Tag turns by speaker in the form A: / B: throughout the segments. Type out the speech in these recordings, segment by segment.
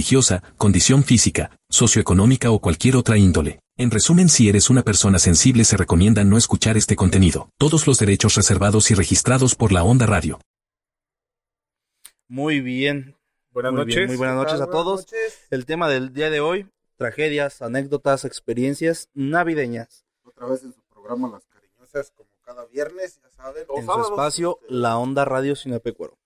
A: religiosa, condición física, socioeconómica o cualquier otra índole. En resumen, si eres una persona sensible se recomienda no escuchar este contenido. Todos los derechos reservados y registrados por la Onda Radio.
B: Muy bien.
C: Buenas
B: muy
C: noches.
B: bien, Muy buenas noches a todos. El tema del día de hoy, tragedias, anécdotas, experiencias navideñas.
D: Otra vez en su programa Las Cariñosas, como cada viernes, ya saben. este,
B: En su espacio, La Onda Radio Sinapecuaro.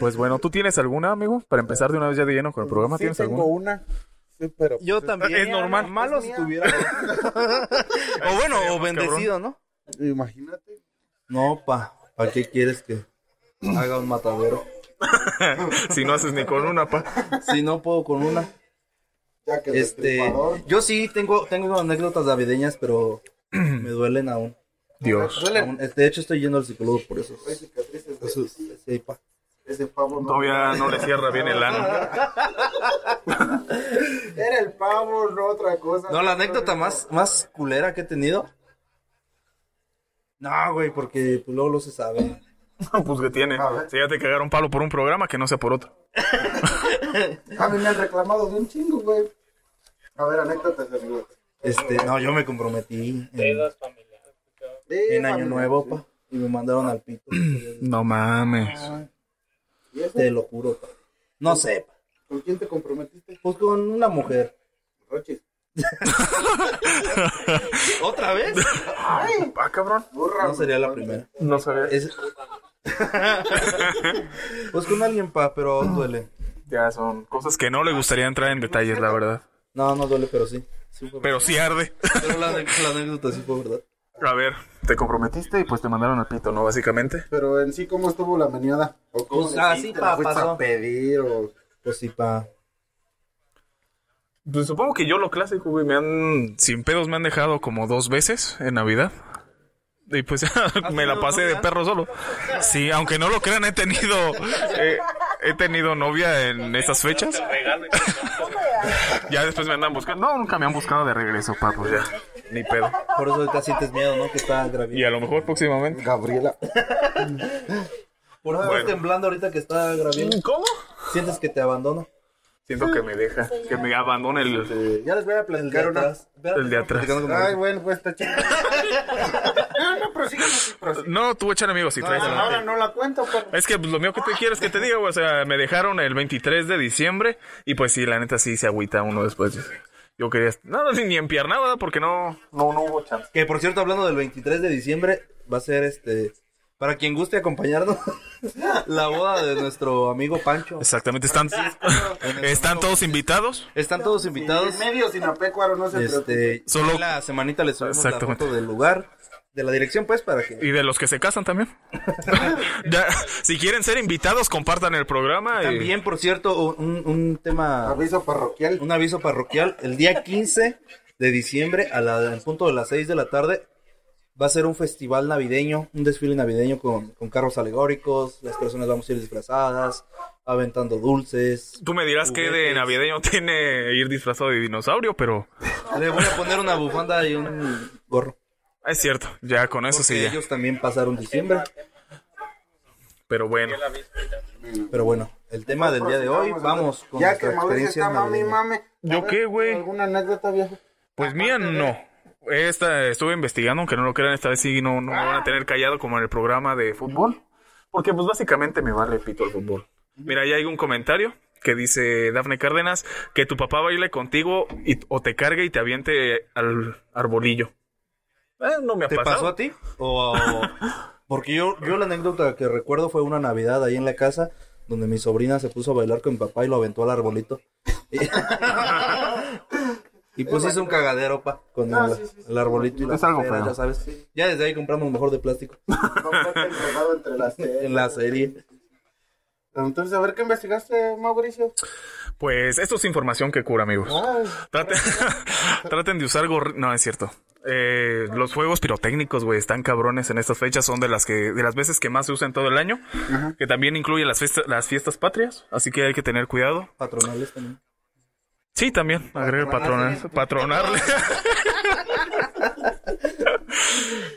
C: Pues bueno, ¿tú tienes alguna, amigo? Para empezar de una vez ya de lleno con el programa,
D: Sí,
C: ¿tienes
D: tengo
C: alguna?
D: una. Sí, pero.
B: Yo también.
C: Es normal.
B: Malo si tuviera. o bueno, o bendecido, ¿no?
D: Imagínate.
B: No, pa. ¿Para qué quieres que haga un matadero?
C: Si no haces ni con una, pa.
B: Si no puedo con una.
D: Ya que el
B: Este,
D: destripador-
B: yo sí tengo, tengo anécdotas navideñas, pero me duelen aún.
C: Dios.
B: Aún, este, De hecho, estoy yendo al psicólogo por eso.
D: Hay cicatrices de-
B: Eso es- sí, pa.
D: Ese pavo no.
C: Todavía no le cierra bien el ano.
D: Era el pavo, no otra cosa.
B: No, la anécdota más, más culera que he tenido. No, güey, porque pues, luego no se sabe.
C: Pues que tiene. Si ya te cagaron palo por un programa, que no sea por otro.
D: A mí me han reclamado de un chingo, güey. A ver, anécdotas, amigos.
B: Este, no, yo me comprometí en,
D: De
B: en Año
D: familia,
B: Nuevo,
D: sí.
B: pa. Y me mandaron al pito.
C: No mames.
D: ¿Y eso?
B: Te lo juro, pa. No sé, pa.
D: ¿Con quién te comprometiste?
B: Pues con una mujer.
D: Rochis.
B: ¿Otra vez?
C: Ah, cabrón.
D: Burra.
B: No sería la primera.
C: No sabía.
B: Es- pues con alguien, pa, pero duele.
C: Ya son cosas que no le gustaría entrar en detalles, la verdad.
B: No, no duele, pero sí. Sí fue
C: Pero sí arde.
B: verdad. Pero la, la anécdota sí fue verdad.
C: A ver, te comprometiste y pues te mandaron al pito, ¿no? Básicamente.
D: Pero en sí, ¿cómo estuvo la meneada? ¿O cómo
B: Pues,
D: le
B: ah,
D: hiciste?
B: sí,
D: ¿La
B: pa-
D: fuiste
B: pasó.
D: a pedir o...?
B: Pues sí, pa.
C: Pues supongo que yo lo clásico, güey, me han... Sin pedos me han dejado como dos veces en Navidad. Y pues me la
B: tenido
C: pasé de
B: novia?
C: perro solo. Sí, aunque no lo crean, he tenido... eh, he tenido novia en estas fechas. ya después me andan buscando. No, nunca me han buscado de regreso, papo, ya. Ni pedo.
B: Por eso casi te es miedo, ¿no? Que está
C: Y
B: graviendo.
C: a lo mejor próximamente...
D: Gabriela.
B: Por eso
C: Bueno.
B: estás temblando ahorita que está graviendo.
C: ¿Cómo?
B: Sientes que te abandono.
C: Siento que me deja, que me abandone el,
D: Eh, ya les voy a
B: El de
D: platicar una...
B: atrás. Espérate,
C: el de atrás.
B: platicando con
D: Ay,
B: Mauricio.
D: bueno, pues está chido. no, no, pero síganos.
C: No, tú echan amigos si traes adelante.
D: Ahora no la cuento, pero...
C: Es que pues, lo mío que te quieres que te diga, güey. O sea, me dejaron el 23 de diciembre y pues sí, la neta sí se agüita uno después. Yo quería... Nada, ni empiar nada porque no... No, no hubo chance.
B: Que por cierto, hablando del 23 de diciembre, va a ser este. Para quien guste acompañarnos, la boda de nuestro amigo Pancho.
C: Exactamente, están, están todos invitados.
B: Están todos invitados.
D: Sí, medio sinapecuaro, no se preocupe.
B: Este,
C: Solo-
B: solo la semanita les subimos la
C: Exactamente.
B: foto del lugar, de la dirección, pues, para que
C: Y de los que se casan también. Ya, si quieren ser invitados, compartan el programa. y-
B: también, por cierto, un, un tema,
D: Aviso parroquial.
B: un aviso parroquial. El día 15 de diciembre, a la, en punto de las 6 de la tarde, va a ser un festival navideño, un desfile navideño con, con carros alegóricos. Las personas vamos a ir disfrazadas, aventando dulces.
C: Tú me dirás que de
B: Juguetes.
C: navideño tiene ir disfrazado de dinosaurio, pero
B: Le voy a poner una bufanda y un gorro.
C: es cierto. Ya con eso
B: Porque
C: sí. ya.
B: ellos también pasaron diciembre.
C: Pero bueno.
B: Pero bueno, el tema del día de hoy, vamos con
D: Ya que
B: nuestra
D: Mauricio está
B: experiencia
D: mami,
B: navideña.
D: mame.
C: ¿Yo
D: A ver,
C: qué, güey?
D: ¿Alguna anécdota, viejo?
C: Pues mía no. Esta estuve investigando, aunque no lo crean, esta vez sí no, no me van a tener callado como en el programa Ah. de fútbol. Porque pues básicamente me vale pito el fútbol. Mira, ya hay un comentario que dice Dafne Cárdenas que tu papá baile contigo y, o te cargue y te aviente al arbolillo. Eh, no me ha
B: ¿Te
C: pasado.
B: pasó a ti? O, porque yo, yo la anécdota que recuerdo fue una Navidad ahí en la casa donde mi sobrina se puso a bailar con mi papá y lo aventó al arbolito. Y, y pues hizo un cagadero, pa, con el, el arbolito y la
C: Es algo
B: cera,
C: feo.
B: ya sabes. Ya desde ahí compramos mejor de plástico
D: No, está encerrado entre las
B: en la serie.
D: Entonces, a ver qué investigaste, Mauricio. Ah,
C: Pues esto es información que cura, amigos.
D: Ay,
C: Traten, traten de usar gorri... No, es cierto. Eh, los fuegos pirotécnicos, güey, están cabrones en estas fechas. Son de las que de las veces que más se usan todo el año. Que también incluye las, fiesta- las fiestas patrias. Así que hay que tener cuidado.
B: Patronales también.
C: Sí, también. Agregar patronar, patronarle.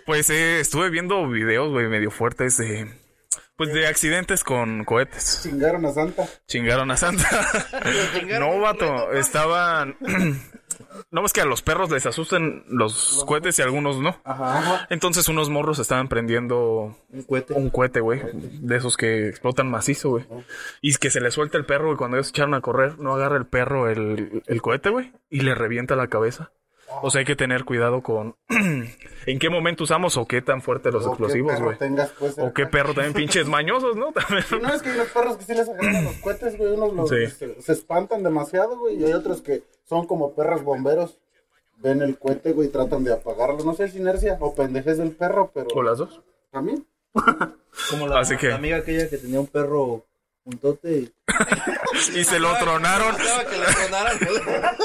C: pues eh, estuve viendo videos, güey, medio fuertes. eh, pues de accidentes con cohetes.
D: chingaron a Santa.
C: Chingaron a Santa. no, vato. Estaban. no es que a los perros les asusten los cohetes y algunos no.
D: Ajá.
C: Entonces, unos morros estaban prendiendo
B: Un cohete.
C: un cohete, güey. De esos que explotan macizo, güey. Y que se le suelta el perro, güey. Cuando ellos echaron a correr, no agarra el perro el, el cohete, güey. Y le revienta la cabeza. O sea, hay que tener cuidado con en qué momento usamos o qué tan fuerte los
D: O qué
C: explosivos,
D: perro
C: güey.
D: tengas, pues,
C: O qué
D: cerca.
C: perro también, pinches mañosos, ¿no? También.
D: Sí, No, es que hay los perros que sí les agarran los cohetes, güey. Unos los, este,
C: Sí.
D: se, se espantan demasiado, güey. Y hay otros que son como perros bomberos. Ven el cohete, güey, y tratan de apagarlo. No sé, es inercia o pendejes del perro, pero
C: O las dos.
D: también.
B: Como la,
C: Así que-
B: la amiga aquella que tenía un perro puntote y...
C: Y se lo tronaron.
E: Estaba que le tronaran.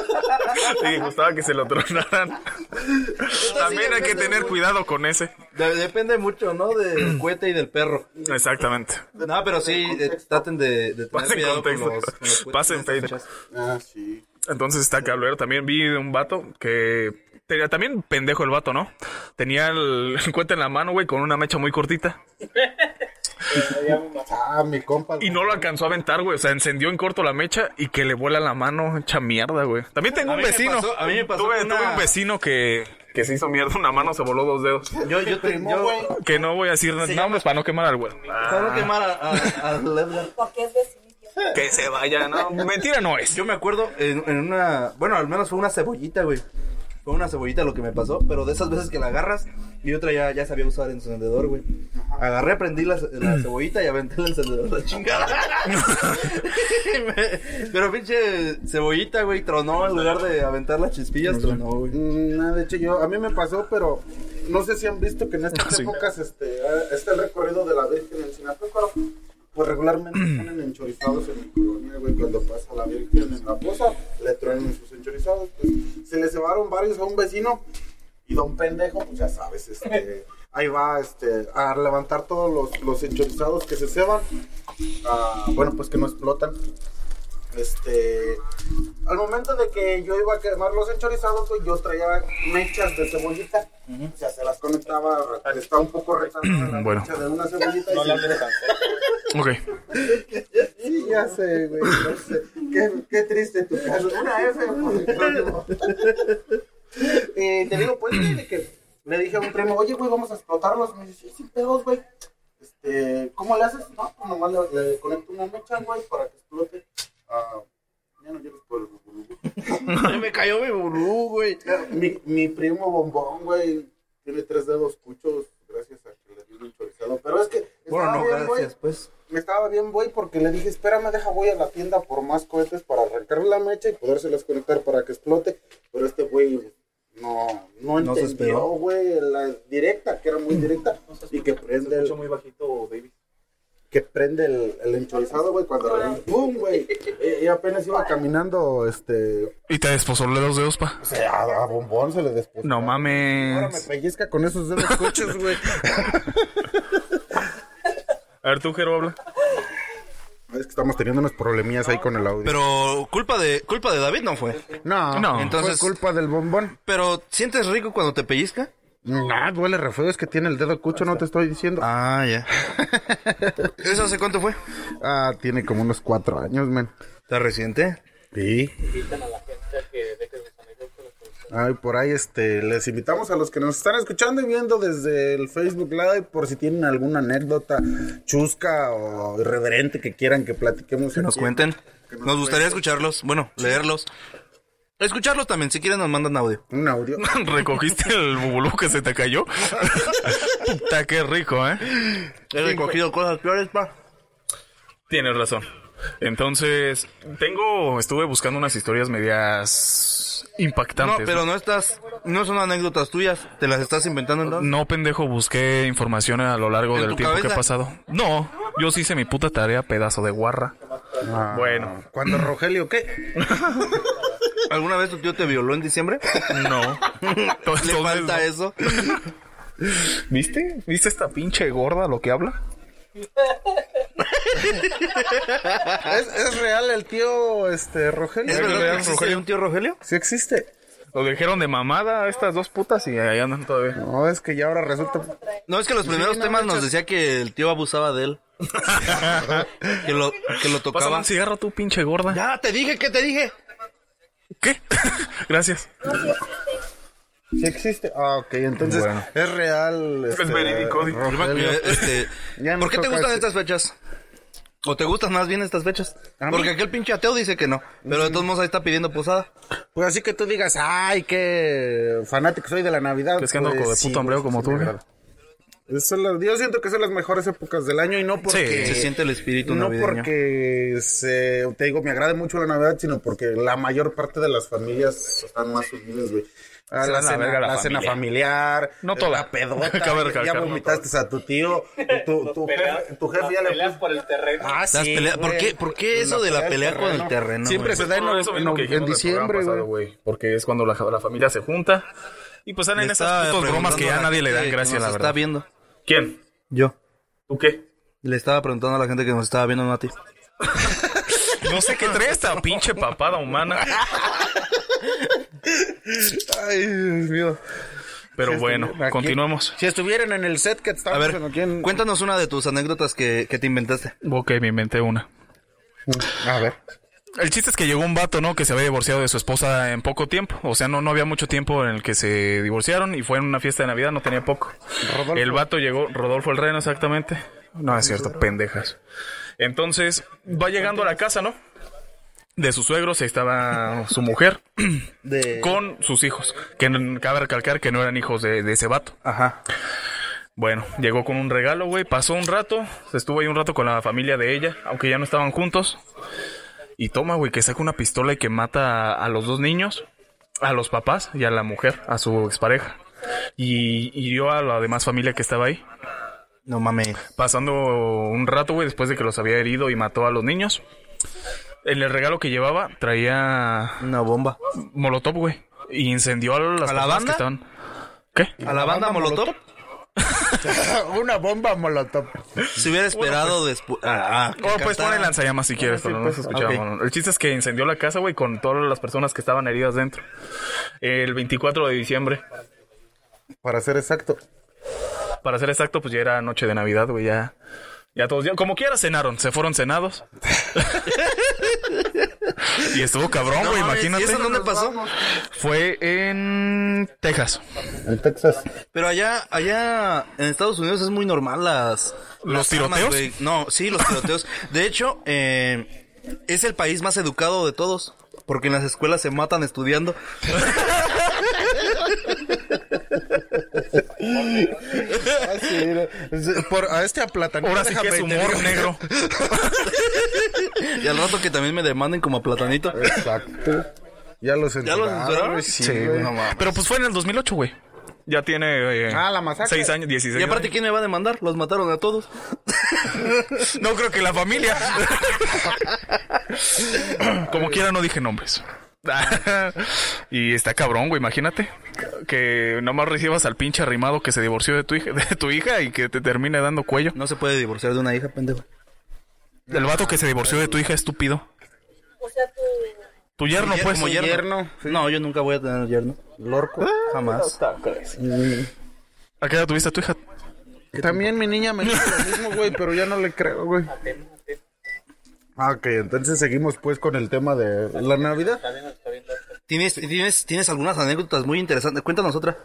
C: Sí, gustaba que se lo tronaran. También hay que tener cuidado con ese.
B: De- depende mucho, ¿no? Del cohete y del perro.
C: Exactamente.
B: No, pero sí, eh, traten de, de tener
C: Pasen
B: cuidado con
C: contexto.
B: los, con los cohetes
C: Pasen
B: en estas
C: peine.
B: fechas.
D: Ah, sí.
C: Entonces está cablero. También vi de un vato que. tenía- también pendejo el vato, ¿no? Tenía el cuete en la mano, güey, con una mecha muy cortita.
D: Ah, mi compa.
C: Y no lo alcanzó a aventar, güey. O sea, encendió en corto la mecha y que le vuela la mano, hecha mierda, güey. También tengo
B: A
C: un
B: mí me
C: vecino.
B: pasó- a mí me pasó
C: tuve,
B: una-
C: tuve un vecino que, que se hizo mierda. Una mano se voló dos dedos.
B: Yo, yo, te,
D: Primo,
B: yo,
D: güey.
C: Que no voy a decir nombres para no quemar al güey.
B: Para no quemar a, a- a Lebler.
F: Porque es vecinillo.
C: Que se vaya, no. Mentira no es.
B: Yo me acuerdo en, en una. Bueno, al menos fue una cebollita, güey. Fue una cebollita lo que me pasó, pero de esas veces que la agarras y otra ya, ya sabía usar encendedor, güey. Agarré, prendí la, ce- la cebollita y aventé el encendedor la chingada. Y me- pero pinche cebollita, güey, tronó en lugar de aventar las chispillas, tronó, güey.
D: Mm, No, de hecho yo, a mí me pasó, pero no sé si han visto que en estas
C: Sí.
D: épocas este, ah, está el recorrido de la Virgen en Sinapecuaro. Pues regularmente ponen enchorizados en mi colonia, güey, cuando pasa la Virgen en la poza, le traen sus enchorizados. Pues, se le cebaron varios a un vecino y don pendejo, pues ya sabes, este, ahí va este, a levantar todos los, los enchorizados que se ceban. Ah, bueno, pues que no explotan. Este, al momento de que yo iba a quemar los enchorizados, güey, pues, yo traía mechas de cebollita. O sea, se las conectaba, estaba un poco rezando la
C: Bueno.
D: mecha de una cebollita. y se-
C: Ok.
D: Sí, ya sé, güey, no sé. Qué, qué triste tu caso. Una F por el próximo. Eh, te digo, pues, güey, de que le dije a un primo, oye, güey, vamos a explotarlos. Me dice, sí, sin pedos, güey. Este, ¿cómo le haces? No, pues nomás le, le conecto una mecha, güey, para que explote. Ah, ya no llores por el burú,
B: me cayó mi burú, güey.
D: mi, mi primo bombón, güey, tiene tres dedos cuchos gracias a que le di un chorizado. Pero es que
B: Bueno,
D: estaba
B: no,
D: bien, güey.
B: gracias, pues.
D: Me estaba bien, güey, porque le dije, espérame, deja, voy a la tienda por más cohetes para arrancarle la mecha y podérselas conectar para que explote. Pero este güey no, no
B: No se
D: entendió,
B: esperó.
D: güey, la directa, que era muy directa, y que prende el... muy bajito, Que prende el, el enchorizado, güey, cuando... ¡Pum, güey! Y, y apenas iba caminando, este...
C: Y te desposó los dedos, pa.
D: O sea, a, a bombón se le después.
C: No
D: Ahora me
C: mames.
D: pellizca con esos dedos coches, güey.
C: A ver, tú, Jero, habla.
D: Es que estamos teniendo unos problemillas ahí con el audio.
B: Pero culpa de, culpa de David no fue.
D: no,
C: No.
D: entonces...
B: Entonces-
D: fue culpa del bombón.
B: Pero, ¿sientes rico cuando te pellizca?
D: Nah, duele re feo, es que tiene el dedo cucho, no te estoy diciendo. Ah,
B: Ah, ya. ¿Eso hace cuánto fue?
D: Ah, tiene como unos cuatro años, men.
B: ¿Está reciente?
D: Sí. Ay, por ahí, este, les invitamos a los que nos están escuchando y viendo desde el Facebook Live por si tienen alguna anécdota chusca o irreverente que quieran que platiquemos.
B: Que nos
D: aquí.
B: cuenten. Nos gustaría escucharlos. Bueno, leerlos. Escucharlos también. Si quieren, nos mandan audio.
D: Un audio.
B: Ah.
C: ¿Recogiste el bubulú que se te cayó? Puta, qué rico, ¿eh?
B: He recogido cosas peores, pa.
C: Tienes razón. Entonces, tengo, estuve buscando unas historias medias
B: No,
C: impactantes.
B: pero no estás. No son anécdotas tuyas. Te las estás inventando
C: ¿no?
B: entonces.
C: No, pendejo, busqué información a lo largo
B: ¿En
C: del
B: tu
C: tiempo que
B: cabeza?
C: ha pasado. No, Yo sí hice mi puta tarea, pedazo de guarra. Bueno.
D: Cuando Ah, Rogelio, ¿qué?
B: ¿Alguna vez tu tío te violó en diciembre?
C: No.
B: ¿Le
C: Entonces,
B: falta eso?
C: ¿Viste? ¿Viste esta pinche gorda lo que habla?
D: ¿Es, es real el tío este Rogelio?
B: ¿Es
C: le
B: verdad que
C: dan
B: existe
C: Rogelio.
B: un tío Rogelio?
D: Sí existe.
C: Lo dijeron de mamada a estas dos putas y ahí andan todavía.
D: No, es que ya ahora resulta.
B: No, es que los primeros temas nos decía que el tío abusaba de él. que, lo, que lo
C: Pásame
B: tocaba.
C: un cigarro tú, pinche gorda.
B: Ya, te dije, ¿qué te dije?
C: ¿Qué? Gracias.
D: Sí existe. Ah, ok, entonces
C: Bueno.
D: es real. este,
C: verídico, sí.
D: Rogelio.
B: Mira, este,
D: Ya no
B: ¿Por qué te
D: toca
B: gustan
D: ese.
B: estas fechas? ¿O te gustan más bien estas fechas?
D: A mí.
B: Porque aquel pinche ateo dice que no. Pero de todos modos ahí está pidiendo posada.
D: Pues así que tú digas, ay, qué fanático soy de la Navidad.
C: Es que ando
D: pues,
C: como de
D: sí,
C: puto hambreo
D: güey,
C: como
D: sí
C: tú,
D: me
C: güey.
D: agrada. Es- son las- yo siento que son las mejores épocas del año y no porque...
B: Se siente el espíritu
D: No
B: navideño.
D: porque, se, te digo, me agrade mucho la Navidad, sino porque la mayor parte de las familias están más unidas, güey. Ah,
C: Se van a
D: la,
C: la
D: cena,
C: verga la
D: la cena familiar,
C: No toda.
D: la pedota,
C: Cabe recalcar,
D: ya
C: no
D: vomitaste a tu tío, tu, tu jefe, tu jefe ya le puso-
G: por el terreno.
D: Ah,
B: Las pelea- ¿Por
D: güey.
B: qué, por qué eso de la pelea con el terreno?
D: Siempre
B: güey?
D: se da en,
C: Todo eso mismo que
D: en- en
C: dijimos del
D: diciembre,
C: programa pasado,
D: güey.
C: güey, Porque es cuando la, la familia se junta. Y pues salen
B: Le
C: esas
B: estaba
C: putas bromas que ya
B: preguntando a la
C: nadie le dan
B: gente que
C: gracia,
B: nos
C: la
B: está
C: verdad.
B: viendo.
C: ¿Quién?
B: Yo.
C: ¿Tú qué?
B: Le estaba preguntando a la gente que nos estaba viendo, no a ti.
C: No sé qué trae esta pinche papada humana.
D: Ay, Dios mío.
C: Pero bueno,
D: Aquí-
C: continuamos.
D: Si estuvieran en el set que
B: A
D: estamos
B: ver,
D: aquí en-
B: cuéntanos una de tus anécdotas que, que te inventaste.
C: Ok, me inventé una.
D: A ver.
C: El chiste es que llegó un vato, ¿no? Que se había divorciado de su esposa en poco tiempo. O sea, no, no había mucho tiempo en el que se divorciaron y fue en una fiesta de Navidad, no tenía poco.
D: Rodolfo.
C: El vato llegó, Rodolfo el Reno, exactamente. No, es cierto, pendejas. Entonces, va llegando a la casa, ¿no? De sus suegros estaba su mujer
B: De...
C: con sus hijos. Que n- cabe recalcar que no eran hijos de, de ese vato.
B: Ajá.
C: Bueno, llegó con un regalo, güey. Pasó un rato. se Estuvo ahí un rato con la familia de ella, aunque ya no estaban juntos. Y toma, güey, que saca una pistola y que mata a, a los dos niños, a los papás y a la mujer, a su expareja. Y hirió a la demás familia que estaba ahí.
B: No mames.
C: Pasando un rato, güey, después de que los había herido y mató a los niños. En el regalo que llevaba traía
B: Una bomba.
C: molotov, güey. Y incendió a las
B: ¿A la
C: personas
B: banda?
C: que estaban. ¿Qué?
B: ¿A la banda Molotov?
D: Una bomba molotov.
B: Si hubiera esperado después. Ah, ah, que
C: Oh, pues
B: cantara.
C: pone lanzallamas si quieres, pero no se escuchaba.
B: Ah, pues, ok.
C: bueno. El chiste es que incendió la casa, güey, con todas las personas que estaban heridas dentro. El 24 de diciembre,
D: Para ser exacto.
C: para ser exacto, pues ya era noche de Navidad, güey, ya. Ya todos, ya, como quiera, cenaron, se fueron cenados. y estuvo cabrón,
B: No
C: güey,
B: mames,
C: imagínate.
B: ¿Y eso dónde pasó?
C: Fue en Texas.
D: En Texas.
B: Pero allá, allá en Estados Unidos es muy normal las...
C: ¿Los
B: las
C: tiroteos?
B: güey. no, sí, los tiroteos. De hecho, eh, es el país más educado de todos. Porque en las escuelas se matan estudiando.
D: Por, a este aplatanito.
C: Ahora sí que es
D: déjame
C: humor
D: te digo.
C: negro.
B: Y al rato que también me demanden como a platanito.
D: Exacto. Ya lo censuraron.
B: censuraron?
D: güey,
B: Sí,
D: güey.
B: güey, no mames.
C: Pero pues fue en el 2008, güey. Ya tiene. eh,
D: Ah, la masacre.
C: Seis años, 16
B: Y aparte,
C: años.
B: ¿quién me va a demandar? Los mataron a todos.
C: No creo que la familia. Como quiera, no dije nombres. y está cabrón, güey, imagínate. Que nomás recibas al pinche arrimado que se divorció de tu hija, de tu hija y que te termine dando cuello.
B: No se puede divorciar de una hija, pendejo.
C: El vato que se divorció de tu hija, estúpido.
G: O sea, tu...
C: Tu yerno,
B: Como
C: pues.
B: yerno. No, yo nunca voy a tener yerno. Lorco. Jamás.
C: ¿A qué edad tuviste a tu hija?
D: También mi niña me dijo lo mismo, güey, pero ya no le creo, güey. Ah, ok, entonces seguimos pues con el tema de la Navidad.
B: ¿Tienes, tienes, tienes algunas anécdotas muy interesantes. Cuéntanos otra.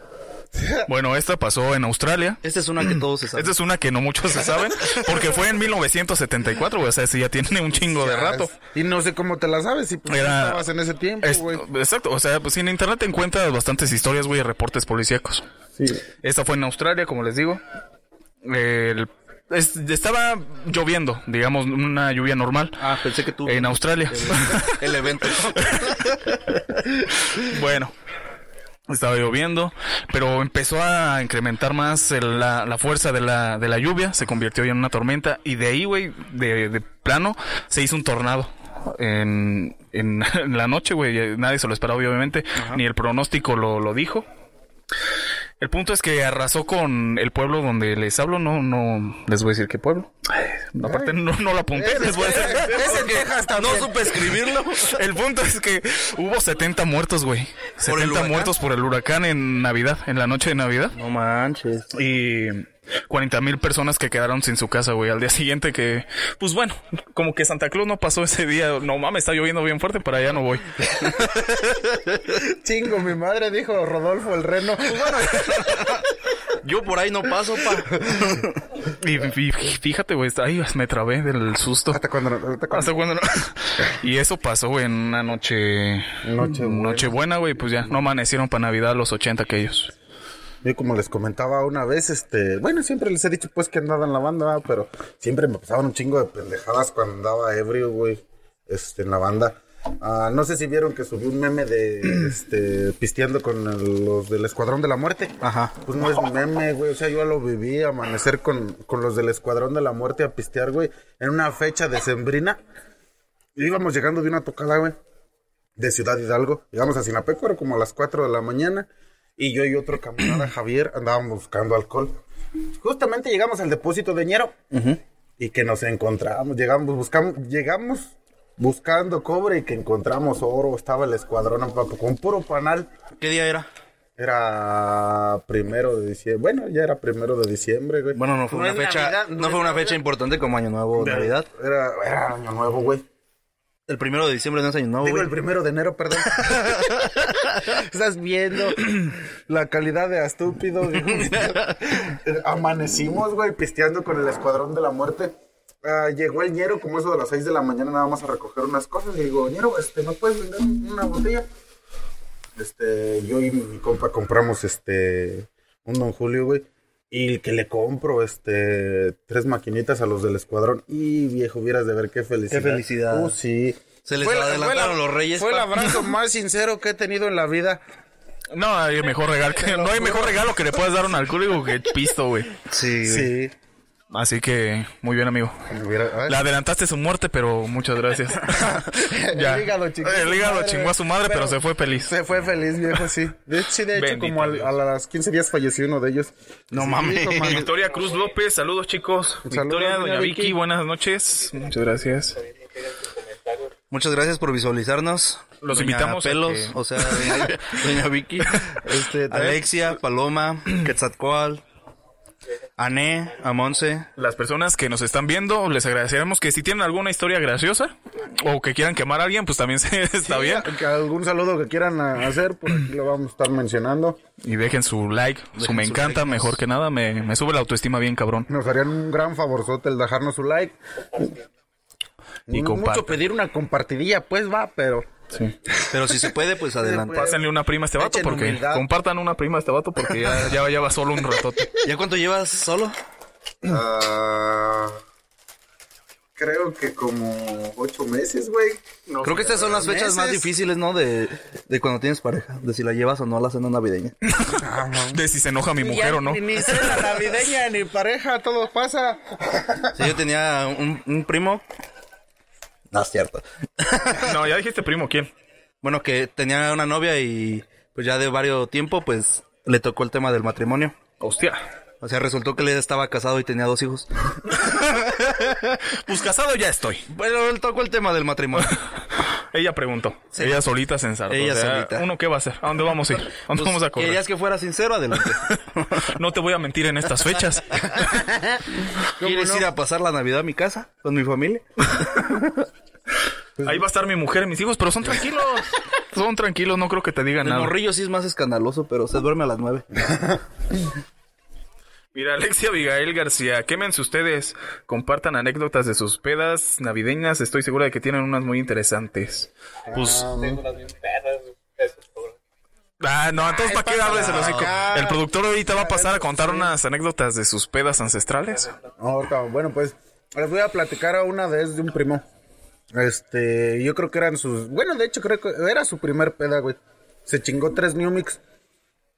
C: Bueno, esta pasó en Australia.
B: Esta es una que todos se saben.
C: Esta es una que no muchos se saben, porque fue en 1974, güey. O sea, ese ya tiene un chingo de rato.
D: Y no sé cómo te la sabes, si pues,
C: Era-
D: no estabas en ese tiempo,
C: Es-
D: güey.
C: exacto, o sea, pues en internet te encuentras bastantes historias, güey, y reportes policíacos.
D: Sí.
C: Esta fue en Australia, como les digo. El- es- estaba lloviendo, digamos, una lluvia normal
B: Ah, pensé que tú.
C: en Australia.
B: El evento.
C: bueno, Estaba lloviendo, pero empezó a incrementar más el- la, la fuerza de la, de la lluvia, se convirtió ya en una tormenta y de ahí, güey, de, de plano, se hizo un tornado. En, en- en la noche, güey, eh, nadie se lo esperaba, obviamente, ni el pronóstico lo, lo dijo. El punto es que arrasó con el pueblo donde les hablo, no, no les voy a decir qué pueblo. Ay, Aparte, no, no lo apunté, les voy a decir.
H: Es en Texas también.
B: No supe escribirlo.
C: El punto es que hubo 70 muertos, güey.
B: ¿Por el
C: 70
B: huracán?
C: muertos por el huracán en Navidad, en la noche de Navidad.
H: No manches.
C: Y 40 mil personas que quedaron sin su casa, güey. Al día siguiente que, pues bueno, como que Santa Claus no pasó ese día. No mames, está lloviendo bien fuerte, para allá no voy.
D: Chingo, mi madre dijo Rodolfo el reno.
B: Yo por ahí no paso, pa.
C: Y, y fíjate, güey, está- ay, me trabé del
H: Ah,
C: susto.
D: Hasta cuando. Hasta cuando
C: Hasta cuando no- Y eso pasó, güey, en una noche...
D: Noche buena.
C: Nochebuena, güey, pues ya no amanecieron para Navidad los 80 aquellos.
D: Yo como les comentaba una vez, este, bueno, siempre les he dicho pues que andaba en la banda, ¿verdad? pero siempre me pasaban un chingo de pendejadas cuando andaba ebrio, güey, este, en la banda. Ah, no sé si vieron que subí un meme de, este, pisteando con el- los del Escuadrón de la Muerte. Ajá. Pues no es meme, güey, o sea, yo lo viví, amanecer con, con los del Escuadrón de la Muerte a pistear, güey, en una fecha decembrina. Íbamos llegando de una tocada, güey de Ciudad Hidalgo. Llegamos a Sinapecuaro como a las 4 de la mañana y yo y otro camarada, Javier, andábamos buscando alcohol. Justamente llegamos al depósito de Ñero y que nos encontramos, llegamos, buscamos, llegamos buscando cobre y que encontramos oro, estaba el escuadrón papo, con puro panal.
B: ¿Qué día era?
D: Era primero de diciembre, bueno, ya era primero de diciembre, güey.
B: Bueno, no fue una
D: es
B: fecha,
D: Navidad,
B: no,
D: es
B: fue una
D: Navidad.
B: fecha importante como Año Nuevo o Navidad.
D: Era, era año nuevo, güey.
B: El primero de diciembre no es Año Nuevo,
D: Digo
B: güey.
D: el primero de enero, perdón. Estás viendo la calidad de estúpido. güey. Amanecimos, güey, pisteando con el escuadrón de la muerte. Ah, llegó el ñero como eso de las 6 de la mañana nada más a recoger unas cosas. Y digo, ñero, este, ¿no puedes vender una botella? Este, yo y mi compa compramos este un Don Julio, güey. Y que le compro este tres maquinitas a los del escuadrón. Y viejo, hubieras de ver qué felicidad.
B: felicidad.
D: Uh, sí.
B: Se les adelantaron los reyes.
D: Fue el
B: pa.
D: abrazo más sincero que he tenido en la vida.
C: No hay mejor regalo que, no hay mejor regalo que le puedas dar a un alcohólico que pisto, güey.
B: Sí, güey.
D: Sí.
C: Así que, muy bien, amigo. Le adelantaste su muerte, pero muchas gracias. Ya.
D: El hígado chingó a
C: El
D: su
C: hígado
D: madre,
C: chingó a su madre, pero,
D: pero-
C: se fue feliz.
D: Se fue feliz, viejo, sí. De, sí, de hecho,
C: Bendito
D: como al-
C: Dios.
D: a las 15 días falleció uno de ellos.
B: No
D: Sí,
B: mames.
D: hijo, mano.
C: Victoria Cruz López, saludos chicos.
D: Saludos,
C: Victoria,
D: doña
C: doña Vicky,
D: Vicky.
C: buenas noches. Muchas gracias.
B: Muchas gracias por visualizarnos.
C: Los
B: Doña
C: invitamos a
B: Pelos,
C: que-
B: o sea, doña, doña Vicky,
D: Este, también-
B: Alexia, Paloma, Quetzalcoatl, Ané, Amonce.
C: Las personas que nos están viendo, les agradeceremos que si tienen alguna historia graciosa o que quieran quemar a alguien, pues también se- está bien.
D: Que algún saludo que quieran a- hacer, por aquí lo vamos a estar mencionando.
C: Y dejen su like, su me
B: su
C: encanta,
B: like.
C: mejor que nada, me, me sube la autoestima bien cabrón.
D: Nos harían un gran favorzote el dejarnos su like.
C: Y
D: No
C: compartan.
D: mucho pedir una compartidilla, pues va, pero
C: Sí.
B: Pero si se puede, pues adelante.
C: Pásenle una prima a este vato
D: Echen
C: porque
D: humildad.
C: compartan una prima a este vato porque ya, ya, ya va solo un ratote.
B: ¿Ya cuánto llevas solo?
D: Ah, creo que como ocho meses, güey.
B: Creo que estas son las fechas más
D: meses.
B: difíciles, ¿no? De, de cuando tienes pareja, de si la llevas o no a la cena navideña.
C: De si se enoja mi mujer o no.
D: Ni cena navideña, ni pareja, todo pasa.
B: Sí, yo tenía un, un primo. No es cierto.
C: No, ya dijiste primo, ¿quién?
B: Bueno, que tenía una novia y pues ya de varios tiempo, pues le tocó el tema del matrimonio.
C: Hostia.
B: O sea, resultó que él estaba casado y tenía dos hijos.
C: Pues casado ya estoy.
B: Bueno, él tocó el tema del matrimonio.
C: Ella preguntó. Ella solita se ensartó.
B: Ella solita.
C: ¿Uno qué va a hacer? ¿A dónde vamos a ir? ¿A dónde
B: Pues,
C: vamos a correr?
B: ¿Querías que fuera sincero? Adelante.
C: No te voy a mentir en estas fechas.
B: ¿Quieres ir a pasar la Navidad a mi casa con mi familia?
C: Ahí va a estar mi mujer y mis hijos, pero son tranquilos. Son tranquilos, no creo que te digan
B: El
C: nada.
B: morrillo sí es más escandaloso, pero se duerme a las nueve.
C: Mira, Alexia Abigail García, quémense ustedes. Compartan anécdotas de sus pedas navideñas. Estoy segura de que tienen unas muy interesantes. Pues. Ah, no, entonces ¿para qué darles el hocico? El productor ahorita va a pasar a contar unas anécdotas de sus pedas ancestrales.
D: Ahorita, bueno, pues les voy a platicar a una vez de un primo. Este, yo creo que eran sus. Bueno, de hecho, creo que era su primer peda, güey. Se chingó tres New Mix.